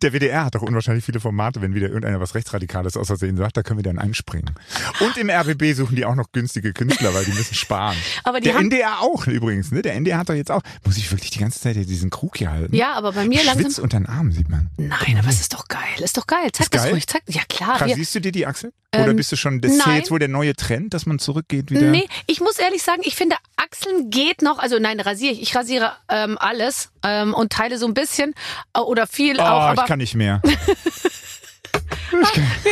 Speaker 4: Der WDR hat doch unwahrscheinlich viele Formate, wenn wieder irgendeiner was Rechtsradikales aus Versehen sagt, da können wir dann einspringen. Und im RBB suchen die auch noch günstige Künstler, weil die müssen sparen.
Speaker 2: Aber die
Speaker 4: Der
Speaker 2: haben-
Speaker 4: NDR auch übrigens, ne? Der NDR hat doch jetzt auch. Muss ich wirklich die ganze Zeit hier diesen Krug hier halten?
Speaker 2: Ja, aber bei mir langsam-
Speaker 4: Schwitzt unter den Arm, sieht man.
Speaker 2: Nein, aber es ist doch geil. Ist doch geil. Zeig
Speaker 4: Ist
Speaker 2: das
Speaker 4: geil?
Speaker 2: ruhig. Zeig, ja klar.
Speaker 4: Krass,
Speaker 2: Wir,
Speaker 4: siehst du dir die Achsel? Oder bist du schon, das ist ja
Speaker 2: nein.
Speaker 4: jetzt wohl der neue Trend, dass man zurückgeht wieder?
Speaker 2: Nee, ich muss ehrlich sagen, ich finde, Achseln geht noch. Also nein, rasiere ich. Ich rasiere ähm, alles ähm, und teile so ein bisschen äh, oder viel
Speaker 4: Oh,
Speaker 2: auch. Aber
Speaker 4: ich kann nicht mehr.
Speaker 2: mir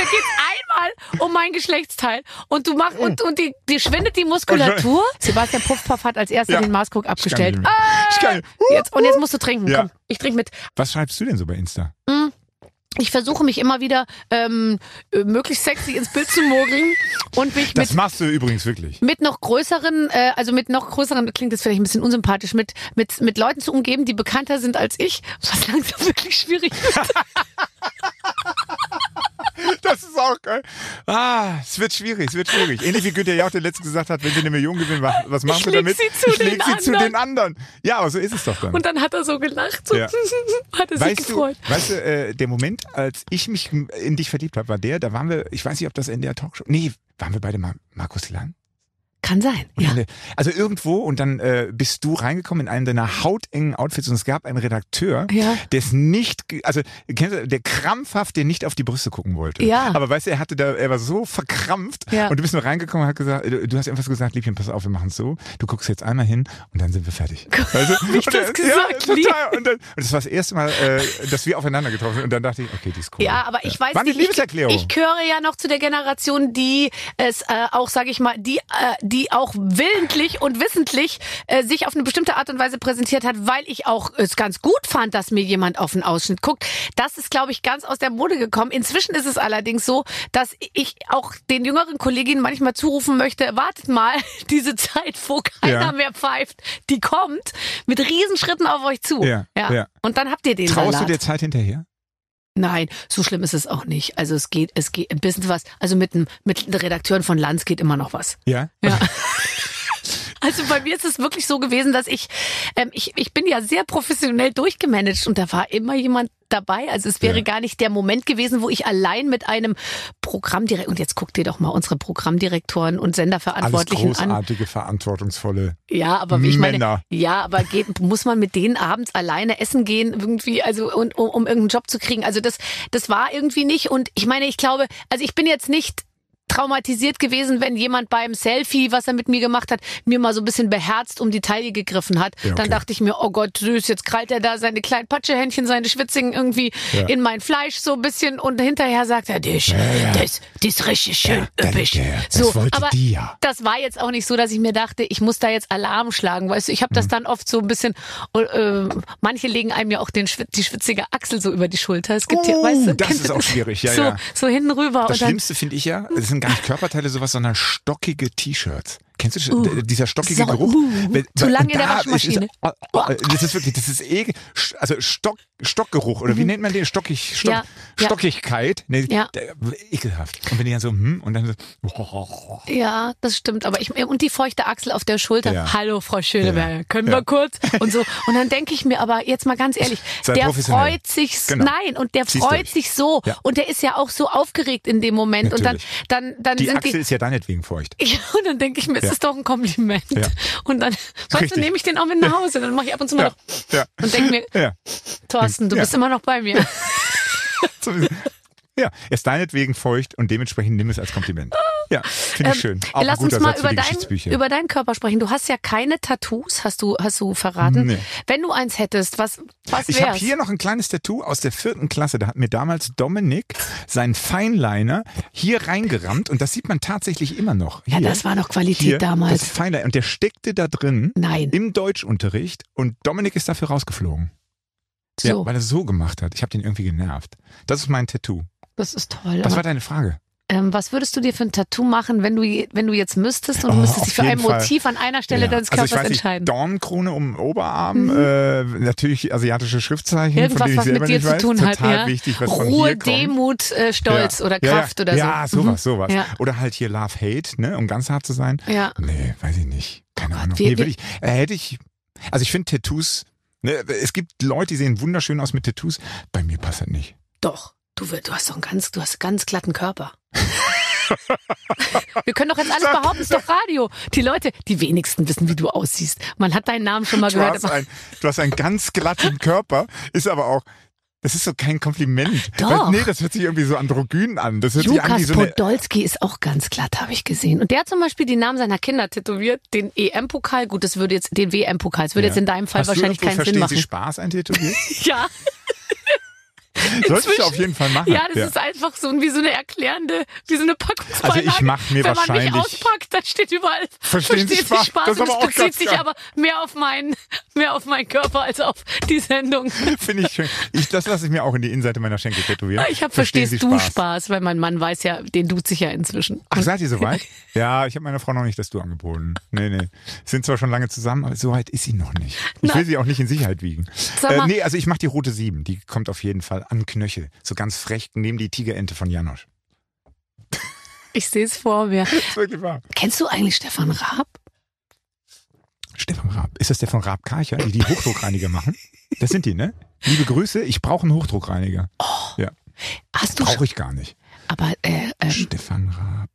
Speaker 2: geht's einmal um mein Geschlechtsteil und du machst und, und die, die schwindet die Muskulatur. Sebastian Puffpaff hat als erster
Speaker 4: Ja.
Speaker 2: den Maßkrug abgestellt.
Speaker 4: Ich kann nicht mehr.
Speaker 2: Ah,
Speaker 4: Ich kann-
Speaker 2: jetzt, und jetzt musst du trinken.
Speaker 4: Ja.
Speaker 2: Komm, ich trinke mit.
Speaker 4: Was schreibst du denn so bei Insta?
Speaker 2: Ich versuche mich immer wieder ähm, äh, möglichst sexy ins Bild zu mogeln und mich mit
Speaker 4: Das machst du übrigens wirklich.
Speaker 2: mit noch größeren, äh, also mit noch größeren, klingt jetzt vielleicht ein bisschen unsympathisch, mit, mit, mit Leuten zu umgeben, die bekannter sind als ich, was langsam wirklich schwierig ist.
Speaker 4: Das ist auch geil. Ah, es wird schwierig, es wird schwierig. Ähnlich wie Günther Jauch der letztens gesagt hat, wenn sie eine Million gewinnen, wa- was machen
Speaker 2: Ich
Speaker 4: sie
Speaker 2: leg
Speaker 4: damit?
Speaker 2: sie zu
Speaker 4: ich leg
Speaker 2: den
Speaker 4: sie zu
Speaker 2: anderen.
Speaker 4: den anderen. Ja, aber so ist es doch dann.
Speaker 2: Und dann hat er so gelacht, so
Speaker 4: Ja.
Speaker 2: hat er sich
Speaker 4: Weißt du,
Speaker 2: gefreut.
Speaker 4: weißt du äh, der Moment, als ich mich in dich verliebt habe, war der, da waren wir, ich weiß nicht, ob das in der Talkshow, nee, waren wir beide mal Markus Lanz?
Speaker 2: Kann sein,
Speaker 4: Und
Speaker 2: ja.
Speaker 4: alle- Also irgendwo und dann äh, bist du reingekommen in einem deiner hautengen Outfits und es gab einen Redakteur,
Speaker 2: Ja.
Speaker 4: der es nicht, ge- also kennst du, der krampfhaft dir nicht auf die Brüste gucken wollte.
Speaker 2: Ja.
Speaker 4: Aber weißt du, er hatte da, er war so verkrampft
Speaker 2: Ja.
Speaker 4: und du bist nur reingekommen und hat gesagt, äh, du, du hast einfach so gesagt, Liebchen, pass auf, wir machen es so, du guckst jetzt einmal hin und dann sind wir fertig. Weißt du?
Speaker 2: ich
Speaker 4: Und
Speaker 2: das
Speaker 4: dann-
Speaker 2: gesagt,
Speaker 4: ja,
Speaker 2: lieb?
Speaker 4: total. Und, dann, und das war das erste Mal, äh, dass wir aufeinander getroffen sind und dann dachte ich, okay, die ist cool.
Speaker 2: Ja, aber ich weiß
Speaker 4: war
Speaker 2: nicht,
Speaker 4: eine Liebeserklärung.
Speaker 2: Ich, ich gehöre ja noch zu der Generation, die es äh, auch, sage ich mal, die, äh, die auch willentlich und wissentlich äh, sich auf eine bestimmte Art und Weise präsentiert hat, weil ich auch es ganz gut fand, dass mir jemand auf den Ausschnitt guckt. Das ist, glaube ich, ganz aus der Mode gekommen. Inzwischen ist es allerdings so, dass ich auch den jüngeren Kolleginnen manchmal zurufen möchte, wartet mal, diese Zeit, wo keiner
Speaker 4: Ja.
Speaker 2: mehr pfeift, die kommt mit Riesenschritten auf euch zu.
Speaker 4: Ja, ja.
Speaker 2: Und dann habt ihr den
Speaker 4: Traust
Speaker 2: Salat.
Speaker 4: du der Zeit hinterher?
Speaker 2: Nein, so schlimm ist es auch nicht. Also es geht, es geht ein bisschen was. Also mit, dem- mit den Redakteuren von Lanz geht immer noch was.
Speaker 4: Ja.
Speaker 2: Ja. Also bei mir ist es wirklich so gewesen, dass ich, ähm, ich, ich bin ja sehr professionell durchgemanagt und da war immer jemand dabei. Also es wäre
Speaker 4: Ja.
Speaker 2: gar nicht der Moment gewesen, wo ich allein mit einem Programmdirektor, und jetzt guckt dir doch mal unsere Programmdirektoren und
Speaker 4: Alles
Speaker 2: Senderverantwortlichen an.
Speaker 4: großartige, verantwortungsvolle
Speaker 2: Ja, aber wie ich
Speaker 4: Männer.
Speaker 2: meine, ja, aber geht, muss man mit denen abends alleine essen gehen irgendwie, also und, um, um irgendeinen Job zu kriegen. Also das, das war irgendwie nicht. Und ich meine, ich glaube, also ich bin jetzt nicht traumatisiert gewesen, wenn jemand beim Selfie, was er mit mir gemacht hat, mir mal so ein bisschen beherzt um die Taille gegriffen hat.
Speaker 4: Ja, okay.
Speaker 2: Dann dachte ich mir, oh Gott, süß, jetzt krallt er da seine kleinen Patschehändchen, seine Schwitzigen irgendwie
Speaker 4: Ja.
Speaker 2: in mein Fleisch so ein bisschen und hinterher sagt er, das, das, das ist richtig schön
Speaker 4: da
Speaker 2: üppig.
Speaker 4: liegt er. Das wollte
Speaker 2: Äh, aber
Speaker 4: die ja.
Speaker 2: das war jetzt auch nicht so, dass ich mir dachte, ich muss da jetzt Alarm schlagen. Weißt du, ich habe
Speaker 4: Hm.
Speaker 2: das dann oft so ein bisschen. Äh, manche legen einem ja auch den, schwit- die schwitzige Achsel so über die Schulter. Es gibt ja,
Speaker 4: Oh,
Speaker 2: weißt du,
Speaker 4: das
Speaker 2: kennst
Speaker 4: ist
Speaker 2: du
Speaker 4: auch schwierig, ja,
Speaker 2: so,
Speaker 4: ja.
Speaker 2: So hinten rüber. und dann,
Speaker 4: Das
Speaker 2: Hm?
Speaker 4: Schlimmste finde ich ja, das sind gar nicht Körperteile sowas, sondern stockige T-Shirts. Kennst du das? D- dieser stockige
Speaker 2: Uh. so-
Speaker 4: Geruch?
Speaker 2: uh,
Speaker 4: Wenn-
Speaker 2: zu
Speaker 4: weil-
Speaker 2: lange in der
Speaker 4: da- es
Speaker 2: Waschmaschine.
Speaker 4: Ist, oh, oh, das ist wirklich, das ist eh, also Stock, Stockgeruch oder wie nennt man den? Stockig, Stock,
Speaker 2: Mhm. Ja, ja.
Speaker 4: Stockigkeit. Nee,
Speaker 2: Ja.
Speaker 4: der- ekelhaft. Und wenn die dann so, hm, und dann so, oh,
Speaker 2: ja, das stimmt. Aber ich und die feuchte Achsel auf der Schulter.
Speaker 4: Ja.
Speaker 2: Hallo, Frau Schöneberger,
Speaker 4: Ja.
Speaker 2: können
Speaker 4: Ja.
Speaker 2: wir kurz und so. Und dann denke ich mir, aber jetzt mal ganz ehrlich,
Speaker 4: Sei
Speaker 2: der
Speaker 4: professionell.
Speaker 2: freut sich.
Speaker 4: Genau.
Speaker 2: Nein, und der
Speaker 4: Zieh's
Speaker 2: freut
Speaker 4: durch.
Speaker 2: sich so
Speaker 4: Ja.
Speaker 2: und der ist ja auch so aufgeregt in dem Moment.
Speaker 4: Natürlich.
Speaker 2: Und dann, dann, dann
Speaker 4: die
Speaker 2: sind
Speaker 4: Achsel
Speaker 2: die
Speaker 4: ist ja deinetwegen feucht.
Speaker 2: Ja, und dann denke ich mir, es
Speaker 4: Ja.
Speaker 2: ist doch ein Kompliment.
Speaker 4: Ja.
Speaker 2: Und dann, weißt du,
Speaker 4: Richtig.
Speaker 2: nehme ich den auch mit nach Hause. Dann mache ich ab und zu mal
Speaker 4: Ja,
Speaker 2: noch
Speaker 4: ja,
Speaker 2: und denke mir,
Speaker 4: ja.
Speaker 2: Thorsten, du
Speaker 4: Ja.
Speaker 2: bist immer noch bei mir.
Speaker 4: So ist es. Ja, er ist deinetwegen feucht und dementsprechend nimm es als Kompliment. Ja, finde ich schön. Auch ein
Speaker 2: Lass Ähm, uns
Speaker 4: guter
Speaker 2: mal
Speaker 4: Satz für
Speaker 2: über,
Speaker 4: die
Speaker 2: dein,
Speaker 4: Geschichtsbücher.
Speaker 2: über deinen Körper sprechen. Du hast ja keine Tattoos, hast du, hast du verraten.
Speaker 4: Nee.
Speaker 2: Wenn du eins hättest, was, was
Speaker 4: Ich habe
Speaker 2: wär's?
Speaker 4: hier noch ein kleines Tattoo aus der vierten Klasse. Da hat mir damals Dominik seinen Feinliner hier reingerammt und das sieht man tatsächlich immer noch.
Speaker 2: ja,
Speaker 4: Hier,
Speaker 2: das war noch Qualität
Speaker 4: hier,
Speaker 2: damals.
Speaker 4: Das Feinliner. Und der steckte da drin
Speaker 2: Nein.
Speaker 4: im Deutschunterricht und Dominik ist dafür rausgeflogen. Ja,
Speaker 2: so,
Speaker 4: weil er es so gemacht hat. Ich habe den irgendwie genervt. Das ist mein Tattoo.
Speaker 2: das ist toll.
Speaker 4: Was
Speaker 2: aber-
Speaker 4: war deine Frage?
Speaker 2: Ähm, was würdest du dir für ein Tattoo machen, wenn du, je- wenn du jetzt müsstest und du
Speaker 4: Oh,
Speaker 2: müsstest dich
Speaker 4: auf
Speaker 2: für ein
Speaker 4: jeden Fall.
Speaker 2: Motiv an einer Stelle
Speaker 4: Ja.
Speaker 2: deines
Speaker 4: also
Speaker 2: Körpers
Speaker 4: ich weiß nicht,
Speaker 2: entscheiden? Mhm.
Speaker 4: Dornkrone um den Oberarm, äh, natürlich asiatische Schriftzeichen, Hm,
Speaker 2: Irgendwas,
Speaker 4: von denen ich
Speaker 2: was
Speaker 4: selber
Speaker 2: mit dir
Speaker 4: nicht
Speaker 2: zu
Speaker 4: weiß.
Speaker 2: tun hat.
Speaker 4: Total
Speaker 2: Ja.
Speaker 4: wichtig, was von
Speaker 2: Ruhe,
Speaker 4: hier kommt.
Speaker 2: Demut, äh, Stolz oder
Speaker 4: Ja,
Speaker 2: Kraft
Speaker 4: ja,
Speaker 2: oder so. Mhm.
Speaker 4: Ja, sowas, sowas.
Speaker 2: Ja.
Speaker 4: Oder halt hier Love, Hate, ne, um ganz hart zu sein.
Speaker 2: Mhm. Ja.
Speaker 4: Nee, weiß ich nicht. Keine Ahnung.
Speaker 2: wir-
Speaker 4: nee,
Speaker 2: wir-
Speaker 4: würde ich, äh, hätte ich, also ich finde Tattoos, ne, es gibt Leute, die sehen wunderschön aus mit Tattoos. Bei mir passt das nicht.
Speaker 2: Doch. Du, wir- du hast doch einen ganz, du hast einen ganz glatten Körper. Wir können doch jetzt alles behaupten, ist doch Radio. Die Leute, die wenigsten wissen, wie du aussiehst. Man hat deinen Namen schon mal
Speaker 4: Du
Speaker 2: gehört.
Speaker 4: hast,
Speaker 2: Aber
Speaker 4: ein, du hast einen ganz glatten Körper, ist aber auch, das ist so kein Kompliment.
Speaker 2: Doch.
Speaker 4: Weil, nee, das hört sich irgendwie so androgyn an. Das hört sich an wie
Speaker 2: Lukas
Speaker 4: so eine,
Speaker 2: Podolski ist auch ganz glatt, habe ich gesehen. Und der hat zum Beispiel die Namen seiner Kinder tätowiert, den EM-Pokal. Gut, das würde jetzt, den WM-Pokal. Das würde jetzt in deinem Fall
Speaker 4: Hast
Speaker 2: wahrscheinlich
Speaker 4: du irgendwo
Speaker 2: keinen Sinn
Speaker 4: Verstehen
Speaker 2: machen.
Speaker 4: Sie Spaß ein Tätowier?
Speaker 2: Ja.
Speaker 4: Sollte ich
Speaker 2: Inzwischen-
Speaker 4: auf jeden Fall machen.
Speaker 2: Ja, das ist einfach so wie so eine erklärende, wie so eine Packungsbeilage.
Speaker 4: Also ich mach mir
Speaker 2: Wenn man mich
Speaker 4: wahrscheinlich-
Speaker 2: auspackt, da steht überall
Speaker 4: Verstehen Sie Spaß? Das ist
Speaker 2: und
Speaker 4: aber
Speaker 2: es
Speaker 4: auch
Speaker 2: bezieht
Speaker 4: ganz
Speaker 2: sich
Speaker 4: geil.
Speaker 2: aber mehr auf meinen, mehr auf meinen Körper als auf die Sendung.
Speaker 4: Finde ich schön. Ich, das lasse ich mir auch in die Innenseite meiner Schenkel tätowieren.
Speaker 2: Ah, Ich habe
Speaker 4: Verstehen
Speaker 2: verstehst
Speaker 4: Sie
Speaker 2: du Spaß? weil mein Mann weiß ja, den duzt sich ja inzwischen.
Speaker 4: Ach, seid ihr soweit? Ja, ich habe meiner Frau noch nicht das Du angeboten. Nee, nee. Sind zwar schon lange zusammen, aber soweit ist sie noch nicht. Ich will sie auch nicht in Sicherheit wiegen.
Speaker 2: Sag mal-
Speaker 4: Äh, nee, also ich mache die rote Sieben. Die kommt auf jeden Fall an Knöchel. So ganz frech neben die Tigerente von Janosch.
Speaker 2: Ich sehe es vor mir.
Speaker 4: Das ist wirklich wahr.
Speaker 2: Kennst du eigentlich Stefan Raab?
Speaker 4: Stefan Raab. Ist das der von Raab Karcher, die die Hochdruckreiniger machen? Das sind die, ne? Liebe Grüße, ich brauche einen Hochdruckreiniger.
Speaker 2: Oh,
Speaker 4: Ja,
Speaker 2: Hast du schon,
Speaker 4: brauche ich gar nicht.
Speaker 2: aber äh, ähm,
Speaker 4: Stefan Raab.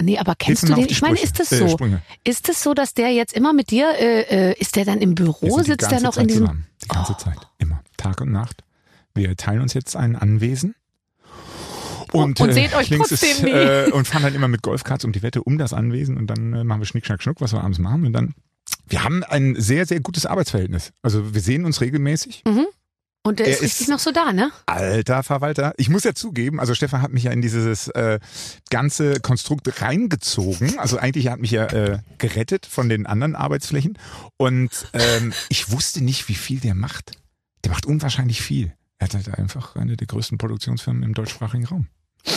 Speaker 2: nee, aber kennst
Speaker 4: Hilf mir
Speaker 2: du
Speaker 4: mal auf
Speaker 2: den?
Speaker 4: die
Speaker 2: Ich meine,
Speaker 4: Sprüche.
Speaker 2: ist das
Speaker 4: Äh,
Speaker 2: so?
Speaker 4: Sprünge.
Speaker 2: Ist es so, dass der jetzt immer mit dir äh, äh, ist der dann im
Speaker 4: Wir
Speaker 2: Büro,
Speaker 4: sind die
Speaker 2: sitzt der
Speaker 4: ganze
Speaker 2: noch
Speaker 4: Zeit
Speaker 2: in diesem Oh.
Speaker 4: zusammen. Die ganze Zeit. Immer. Tag und Nacht. Wir teilen uns jetzt ein Anwesen. Und, äh,
Speaker 2: Und seht euch
Speaker 4: links
Speaker 2: trotzdem
Speaker 4: ist,
Speaker 2: nie.
Speaker 4: äh, Und fahren dann immer mit Golfkarts um die Wette um das Anwesen und dann äh, machen wir Schnick, Schnack, Schnuck, was wir abends machen. Und dann, wir haben ein sehr, sehr gutes Arbeitsverhältnis. Also wir sehen uns regelmäßig.
Speaker 2: und der
Speaker 4: Er
Speaker 2: ist richtig
Speaker 4: ist-
Speaker 2: noch so da, ne?
Speaker 4: Alter Verwalter. Ich muss ja zugeben, also Stefan hat mich ja in dieses äh, ganze Konstrukt reingezogen. Also eigentlich hat mich ja äh, gerettet von den anderen Arbeitsflächen. Und ähm, ich wusste nicht, wie viel der macht. Der macht unwahrscheinlich viel. Er hat halt einfach eine der größten Produktionsfirmen im deutschsprachigen Raum.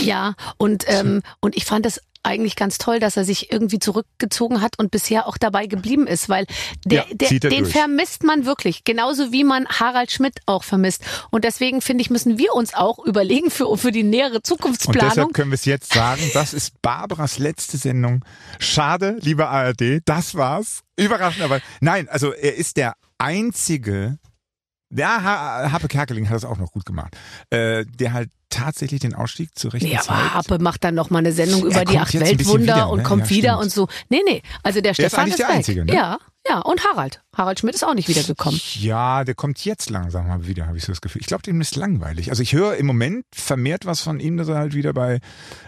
Speaker 2: Ja, und, ähm, und ich fand das eigentlich ganz toll, dass er sich irgendwie zurückgezogen hat und bisher auch dabei geblieben ist, weil der,
Speaker 4: Ja,
Speaker 2: der,
Speaker 4: zieht er
Speaker 2: den
Speaker 4: durch.
Speaker 2: vermisst man wirklich, genauso wie man Harald Schmidt auch vermisst. Und deswegen finde ich, müssen wir uns auch überlegen für, für die nähere
Speaker 4: Und
Speaker 2: Zukunftsplanung.
Speaker 4: deshalb können wir es jetzt sagen, das ist Barbaras letzte Sendung. Schade, liebe ARD, das war's. Überraschend, aber nein, also er ist der einzige, ja, ha Happe Kerkeling hat das auch noch gut gemacht, äh, der halt tatsächlich den Ausstieg zur rechten
Speaker 2: Nee, aber
Speaker 4: Zeit...
Speaker 2: Happe macht dann nochmal eine Sendung über die
Speaker 4: kommt
Speaker 2: acht
Speaker 4: jetzt ein bisschen
Speaker 2: Weltwunder
Speaker 4: wieder,
Speaker 2: und
Speaker 4: ne?
Speaker 2: kommt
Speaker 4: Ja,
Speaker 2: wieder
Speaker 4: stimmt.
Speaker 2: und so. Nee, nee, also der
Speaker 4: ist
Speaker 2: Stefan
Speaker 4: eigentlich
Speaker 2: ist,
Speaker 4: der
Speaker 2: weg.
Speaker 4: Einzige, ne?
Speaker 2: Ja, ja, und Harald. Harald Schmidt ist auch nicht wiedergekommen.
Speaker 4: Ja, der kommt jetzt langsam mal wieder, habe ich so das Gefühl. Ich glaube, dem ist langweilig. Also ich höre im Moment vermehrt was von ihm, dass er halt wieder bei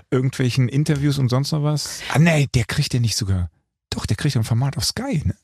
Speaker 4: irgendwelchen Interviews und sonst noch was... Ah nee, der kriegt ja nicht sogar... Doch, der kriegt ein Format auf Sky, ne?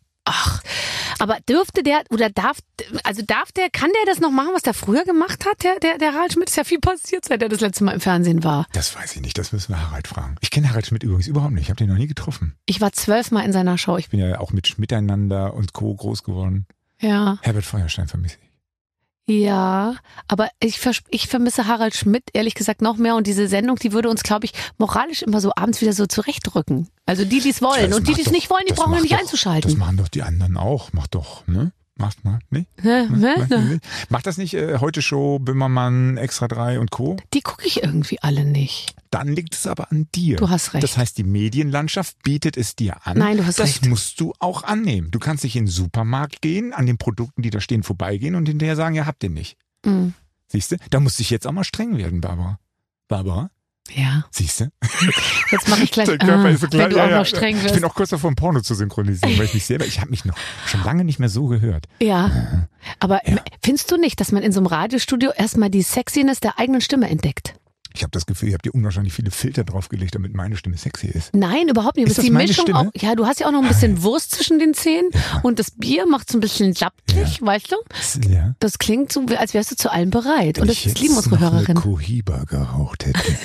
Speaker 2: Aber dürfte der oder darf, also darf der, kann der das noch machen, was der früher gemacht hat? Der, der, der Harald Schmidt ist ja viel passiert, seit er das letzte Mal im Fernsehen war.
Speaker 4: Das weiß ich nicht, das müssen wir Harald fragen. Ich kenne Harald Schmidt übrigens überhaupt nicht, ich habe den noch nie getroffen.
Speaker 2: Ich war zwölfmal in seiner Show. Ich,
Speaker 4: Ich bin ja auch mit Miteinander und Co. groß geworden.
Speaker 2: ja,
Speaker 4: Herbert Feuerstein vermisse ich.
Speaker 2: ja. Aber ich, vers- ich vermisse Harald Schmidt ehrlich gesagt noch mehr und diese Sendung, die würde uns, glaube ich, moralisch immer so abends wieder so zurechtrücken. Also die, die es wollen
Speaker 4: Das
Speaker 2: und die,
Speaker 4: macht
Speaker 2: die es
Speaker 4: doch-
Speaker 2: nicht wollen, die
Speaker 4: das
Speaker 2: brauchen wir
Speaker 4: macht
Speaker 2: nicht
Speaker 4: doch- Das
Speaker 2: einzuschalten.
Speaker 4: machen doch die anderen auch, mach doch, ne? Macht mal, ne?
Speaker 2: Hä?
Speaker 4: Macht das
Speaker 2: Hä?
Speaker 4: nicht? Macht das nicht äh, heute Show, Böhmermann, Extra 3 und Co.?
Speaker 2: Die gucke ich irgendwie alle nicht.
Speaker 4: Dann liegt es aber an dir.
Speaker 2: Du hast recht.
Speaker 4: Das heißt, die Medienlandschaft bietet es dir an.
Speaker 2: Nein, du hast
Speaker 4: das
Speaker 2: recht.
Speaker 4: musst du auch annehmen. Du kannst nicht in den Supermarkt gehen, an den Produkten, die da stehen, vorbeigehen und hinterher sagen, ja, habt ihr nicht.
Speaker 2: Mhm.
Speaker 4: Siehst du? Da musste ich jetzt auch mal streng werden, Barbara. Barbara,
Speaker 2: Ja,
Speaker 4: siehst du?
Speaker 2: jetzt mache ich gleich.
Speaker 4: Dein Körper
Speaker 2: ah,
Speaker 4: ist so klein.
Speaker 2: Wenn du
Speaker 4: ja,
Speaker 2: auch
Speaker 4: ja.
Speaker 2: noch streng
Speaker 4: Ich
Speaker 2: wirst.
Speaker 4: bin auch kurz davor, ein Porno zu synchronisieren, weil ich mich selber, ich habe mich noch schon lange nicht mehr so gehört.
Speaker 2: Ja,
Speaker 4: Äh.
Speaker 2: aber findest du nicht, dass man in so einem Radiostudio erstmal die Sexiness der eigenen Stimme entdeckt?
Speaker 4: Ich habe das Gefühl, ihr habt dir unwahrscheinlich viele Filter draufgelegt, damit meine Stimme sexy ist.
Speaker 2: Nein, überhaupt nicht.
Speaker 4: Ist
Speaker 2: Aber
Speaker 4: das meine Stimme?
Speaker 2: auch, ja, du hast ja auch noch ein bisschen Wurst zwischen den Zähnen und das Bier macht so ein bisschen lapplich, weißt du?
Speaker 4: Ja.
Speaker 2: Das klingt so, als wärst du zu allem bereit.
Speaker 4: Wenn
Speaker 2: und
Speaker 4: ich
Speaker 2: das, das
Speaker 4: jetzt
Speaker 2: lieben unsere
Speaker 4: noch eine
Speaker 2: Hörerinnen.
Speaker 4: Cohiba geraucht hätte,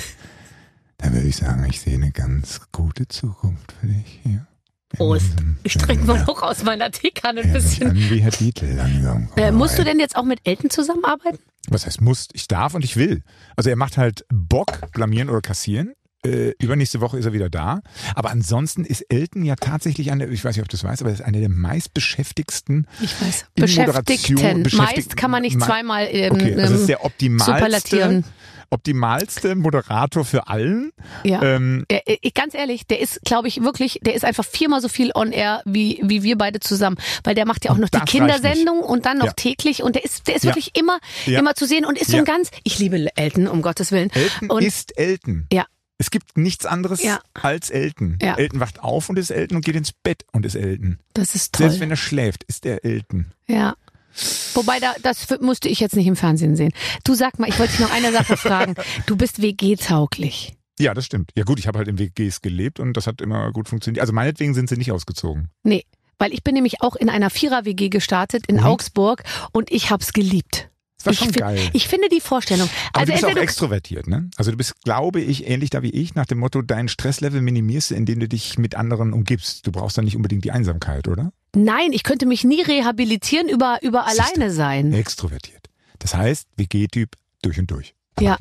Speaker 4: dann würde ich sagen, ich sehe eine ganz gute Zukunft für dich hier.
Speaker 2: Prost. Oh, Ich trinke
Speaker 4: mal
Speaker 2: mal auch aus meiner Teekanne ein
Speaker 4: ein bisschen.
Speaker 2: bisschen.
Speaker 4: An wie Herr Dietl langsam. Oh.
Speaker 2: Äh, musst du
Speaker 4: denn?
Speaker 2: denn jetzt auch mit Elton zusammenarbeiten?
Speaker 4: Was heißt musst? Ich darf und ich will. Also er macht halt Bock blamieren oder kassieren. Äh, übernächste Woche ist er wieder da. Aber ansonsten ist Elton ja tatsächlich einer, ich weiß nicht, ob du das weißt, aber er ist einer der meistbeschäftigsten.
Speaker 2: Ich weiß.
Speaker 4: in Moderation-
Speaker 2: Beschäftigten. Meist
Speaker 4: Beschäftigten-
Speaker 2: kann man nicht
Speaker 4: Mei-
Speaker 2: zweimal ähm,
Speaker 4: Okay, das
Speaker 2: ähm,
Speaker 4: ist der optimalste,
Speaker 2: superlatieren.
Speaker 4: optimalste Moderator für allen.
Speaker 2: Ja.
Speaker 4: Ähm,
Speaker 2: Der, äh, ich, ganz ehrlich, der ist, glaube ich, wirklich, der ist einfach viermal so viel on air wie, wie wir beide zusammen. Weil der macht ja auch noch die
Speaker 4: Das reicht nicht.
Speaker 2: Kindersendung und dann noch
Speaker 4: Ja.
Speaker 2: täglich und der ist, der ist
Speaker 4: Ja.
Speaker 2: wirklich immer,
Speaker 4: Ja.
Speaker 2: immer zu sehen und ist so ein
Speaker 4: Ja.
Speaker 2: ganz, ich liebe Elton, um Gottes Willen.
Speaker 4: Elton
Speaker 2: und
Speaker 4: ist Elton.
Speaker 2: Ja.
Speaker 4: Es gibt nichts anderes
Speaker 2: Ja.
Speaker 4: als Elton.
Speaker 2: Ja.
Speaker 4: Elton wacht auf und ist Elton und geht ins Bett und ist Elton.
Speaker 2: das ist
Speaker 4: Selbst
Speaker 2: toll.
Speaker 4: wenn er schläft, ist er Elton.
Speaker 2: Ja. Wobei, da, das f- musste ich jetzt nicht im Fernsehen sehen. Du sag mal, ich wollte dich noch eine Sache fragen. Du bist WG-tauglich.
Speaker 4: Ja, das stimmt. Ja gut, ich habe halt in WGs gelebt und das hat immer gut funktioniert. Also meinetwegen sind sie nicht ausgezogen.
Speaker 2: Nee, weil ich bin nämlich auch in einer Vierer-WG gestartet in
Speaker 4: Mhm.
Speaker 2: Augsburg und ich hab's geliebt.
Speaker 4: Das war
Speaker 2: ich,
Speaker 4: schon
Speaker 2: fin-
Speaker 4: geil.
Speaker 2: ich finde die Vorstellung. Also
Speaker 4: Aber du bist auch
Speaker 2: entweder
Speaker 4: extrovertiert, ne? Also du bist, glaube ich, ähnlich da wie ich, nach dem Motto, dein Stresslevel minimierst du, indem du dich mit anderen umgibst. Du brauchst dann nicht unbedingt die Einsamkeit, oder?
Speaker 2: Nein, ich könnte mich nie rehabilitieren über, über
Speaker 4: Siehste.
Speaker 2: alleine sein.
Speaker 4: Extrovertiert. Das heißt, WG-Typ durch und durch.
Speaker 2: Ja.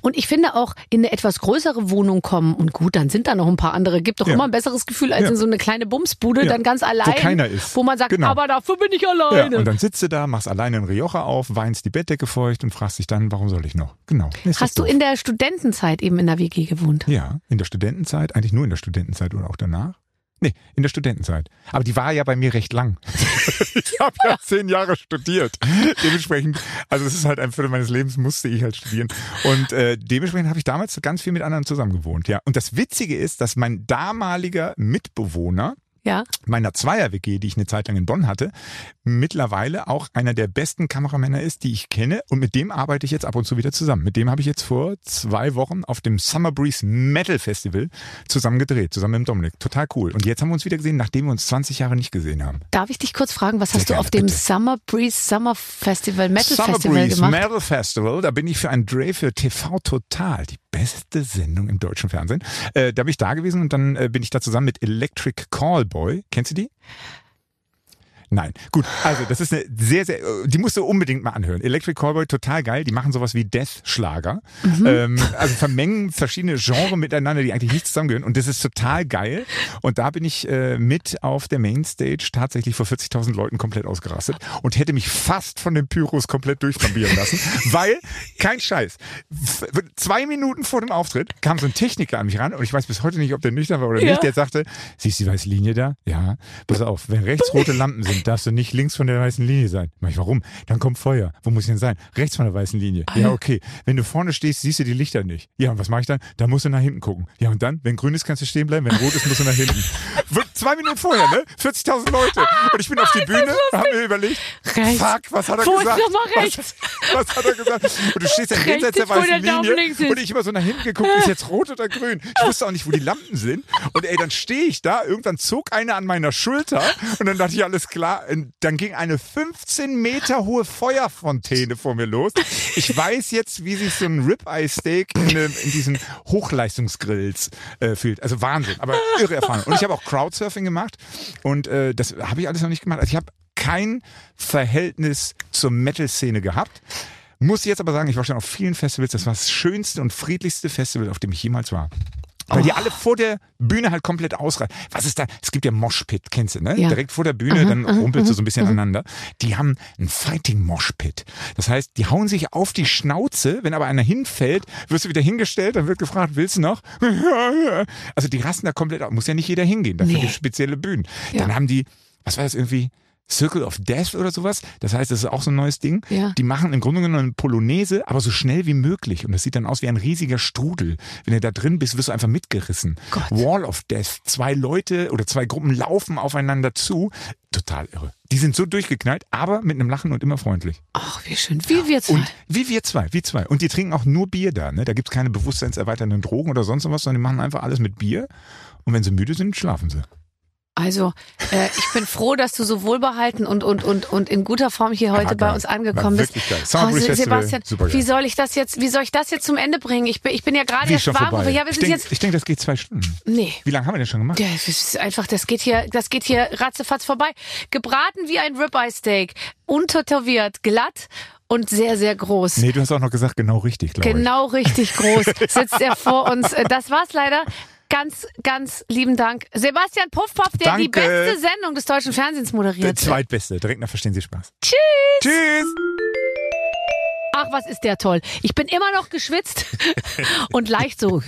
Speaker 2: Und ich finde auch in eine etwas größere Wohnung kommen und gut, dann sind da noch ein paar andere. Gibt doch
Speaker 4: Ja.
Speaker 2: immer ein besseres Gefühl als
Speaker 4: Ja.
Speaker 2: in so eine kleine Bumsbude,
Speaker 4: Ja.
Speaker 2: dann ganz allein.
Speaker 4: keiner ist.
Speaker 2: Wo man sagt,
Speaker 4: Genau.
Speaker 2: aber dafür bin ich
Speaker 4: Ja,
Speaker 2: alleine.
Speaker 4: und dann sitzt du da, machst alleine einen Rioja auf, weinst die Bettdecke feucht und fragst dich dann, warum soll ich noch? Genau. Ist das
Speaker 2: Hast du
Speaker 4: doof.
Speaker 2: in der Studentenzeit eben in der WG gewohnt?
Speaker 4: Ja, in der Studentenzeit, eigentlich nur in der Studentenzeit oder auch danach. Nee, in der Studentenzeit. Aber die war ja bei mir recht lang. ich habe ja zehn Jahre studiert. Dementsprechend, also es ist halt ein Viertel meines Lebens, musste ich halt studieren. Und äh, dementsprechend habe ich damals ganz viel mit anderen zusammen gewohnt. Ja. Und das Witzige ist, dass mein damaliger Mitbewohner
Speaker 2: Ja.
Speaker 4: meiner Zweier-WG, die ich eine Zeit lang in Bonn hatte, mittlerweile auch einer der besten Kameramänner ist, die ich kenne. Und mit dem arbeite ich jetzt ab und zu wieder zusammen. Mit dem habe ich jetzt vor zwei Wochen auf dem Summer Breeze Metal Festival zusammen gedreht, zusammen mit Dominik. Total cool. Und jetzt haben wir uns wieder gesehen, nachdem wir uns 20 Jahre nicht gesehen haben.
Speaker 2: Darf ich dich kurz fragen, was hast du
Speaker 4: gerne,
Speaker 2: auf dem
Speaker 4: bitte.
Speaker 2: Summer Breeze Summer Festival, Metal
Speaker 4: Summer
Speaker 2: Festival
Speaker 4: Breeze
Speaker 2: gemacht?
Speaker 4: Metal Festival, da bin ich für einen Dreh für TV Total, die beste Sendung im deutschen Fernsehen. Äh, da bin ich da gewesen und dann äh, bin ich da zusammen mit Electric Callboy. Kennst du die? Nein. Gut, also das ist eine sehr, sehr, äh, die musst du unbedingt mal anhören. Electric Callboy, total geil. Die machen sowas wie Death-Schlager. Ähm, also vermengen verschiedene Genres miteinander, die eigentlich nicht zusammengehören. Und das ist total geil. Und da bin ich äh, mit auf der Mainstage tatsächlich vor 40.000 Leuten komplett ausgerastet und hätte mich fast von den Pyros komplett durchprobieren lassen, weil, kein Scheiß, f- zwei Minuten vor dem Auftritt kam so ein Techniker an mich ran und ich weiß bis heute nicht, ob der nüchtern war oder
Speaker 2: Ja.
Speaker 4: nicht, der sagte, siehst du die weiße Linie da? Ja. Pass auf, wenn rechts rote Lampen sind, darfst du nicht links von der weißen Linie sein. Mach ich, warum? Dann kommt Feuer. Wo muss ich denn sein? Rechts von der weißen Linie.
Speaker 2: Ah.
Speaker 4: Ja, okay. Wenn du vorne stehst, siehst du die Lichter nicht. Ja, und was mache ich dann? Dann musst du nach hinten gucken. Ja, und dann, wenn grün ist, kannst du stehen bleiben. Wenn rot ist, musst du nach hinten. Wir- Zwei Minuten vorher, ne? 40.000 Leute. Und ich bin auf die Bühne, hab mir überlegt,
Speaker 2: Rechts.
Speaker 4: fuck, was hat er
Speaker 2: Wo ist
Speaker 4: gesagt?
Speaker 2: nochmal rechts?
Speaker 4: Was, was hat er gesagt? Und du stehst dann
Speaker 2: Rechts
Speaker 4: jenseits der
Speaker 2: ist, wo der
Speaker 4: weißen
Speaker 2: Daumen links ist.
Speaker 4: Linie und ich immer so nach hinten geguckt, ist jetzt rot oder grün? Ich wusste auch nicht, wo die Lampen sind. Und ey, dann stehe ich da, irgendwann zog einer an meiner Schulter und dann dachte ich, alles klar. Und dann ging eine 15 Meter hohe Feuerfontäne vor mir los. Ich weiß jetzt, wie sich so ein Ribeye-Steak in, einem- in diesen Hochleistungsgrills äh, fühlt. Also Wahnsinn, aber irre Erfahrung. Und ich habe auch Crowdsurfing gemacht und äh, das habe ich alles noch nicht gemacht. Also ich habe kein Verhältnis zur Metal-Szene gehabt. Muss jetzt aber sagen, ich war schon auf vielen Festivals. Das war das schönste und friedlichste Festival, auf dem ich jemals war. Weil
Speaker 2: Oh.
Speaker 4: die alle vor der Bühne halt komplett ausreißen. Was ist da? Es gibt ja Moshpit, kennst du, ne?
Speaker 2: Ja. Mhm,
Speaker 4: Direkt vor der Bühne, dann rumpelst du so ein bisschen aneinander. Die haben einen Fighting Moshpit. Das heißt, die hauen sich auf die Schnauze. Wenn aber einer hinfällt, wirst du wieder hingestellt, dann wird gefragt, willst du noch? Also die rasten da komplett aus. Muss ja nicht jeder hingehen. Dafür
Speaker 2: Nee.
Speaker 4: gibt's spezielle Bühnen.
Speaker 2: Ja.
Speaker 4: Dann haben die, was war das irgendwie? Circle of Death oder sowas. Das heißt, das ist auch so ein neues Ding.
Speaker 2: Ja.
Speaker 4: Die machen im Grunde genommen eine Polonaise, aber so schnell wie möglich. Und das sieht dann aus wie ein riesiger Strudel. Wenn du da drin bist, wirst du einfach mitgerissen.
Speaker 2: Gott.
Speaker 4: Wall of Death. Zwei Leute oder zwei Gruppen laufen aufeinander zu. Total irre. Die sind so durchgeknallt, aber mit einem Lachen und immer freundlich.
Speaker 2: Ach, wie schön. Wie wir zwei.
Speaker 4: Und wie wir zwei, wie zwei. Und die trinken auch nur Bier da. Ne? Da gibt's keine bewusstseinserweiternden Drogen oder sonst was, sondern die machen einfach alles mit Bier. Und wenn sie müde sind, schlafen sie.
Speaker 2: Also, äh, ich bin froh, dass du so wohlbehalten und, und, und, und in guter Form hier heute
Speaker 4: Ah,
Speaker 2: bei
Speaker 4: geil.
Speaker 2: uns angekommen
Speaker 4: War
Speaker 2: bist. Oh,
Speaker 4: wirklich geil. Summer Breeze
Speaker 2: Se-
Speaker 4: Festival,
Speaker 2: Sebastian,
Speaker 4: supergeil.
Speaker 2: wie soll ich das jetzt, wie soll ich das jetzt zum Ende bringen? Ich bin, ich bin ja gerade
Speaker 4: Wie
Speaker 2: erst
Speaker 4: ist schon vorbei.
Speaker 2: warm. Ja, wir
Speaker 4: ich
Speaker 2: sind
Speaker 4: denke,
Speaker 2: jetzt,
Speaker 4: denk, das geht zwei Stunden.
Speaker 2: nee.
Speaker 4: Wie lange haben wir denn schon gemacht?
Speaker 2: Ja, das ist einfach, das geht hier, das geht hier ratzefatz vorbei. Gebraten wie ein Ribeye Steak, untertätowiert, glatt und sehr, sehr groß.
Speaker 4: Nee, du hast auch noch gesagt, genau richtig, glaube ich.
Speaker 2: Genau richtig groß sitzt er vor uns. Äh, Das war's leider. Ganz, ganz lieben Dank. Sebastian Puffpaff, der die
Speaker 4: Danke.
Speaker 2: beste Sendung des deutschen Fernsehens
Speaker 4: Der
Speaker 2: moderiert.
Speaker 4: zweitbeste. Direkt nach Verstehen Sie Spaß.
Speaker 2: Tschüss.
Speaker 4: Tschüss.
Speaker 2: Ach, was ist der toll. Ich bin immer noch geschwitzt und leicht so.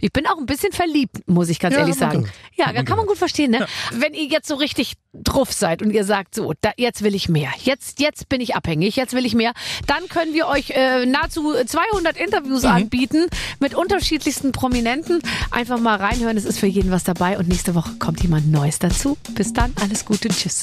Speaker 2: Ich bin auch ein bisschen verliebt, muss ich ganz
Speaker 3: Ja,
Speaker 2: ehrlich
Speaker 3: hat man
Speaker 2: sagen.
Speaker 3: gehört.
Speaker 2: Ja, da kann man gut verstehen, ne? Wenn ihr jetzt so richtig drauf seid und ihr sagt, so, da, jetzt will ich mehr, jetzt, jetzt bin ich abhängig, jetzt will ich mehr, dann können wir euch äh, nahezu 200 Interviews anbieten mit unterschiedlichsten Prominenten. Einfach mal reinhören, es ist für jeden was dabei und nächste Woche kommt jemand Neues dazu. Bis dann, alles Gute, tschüss.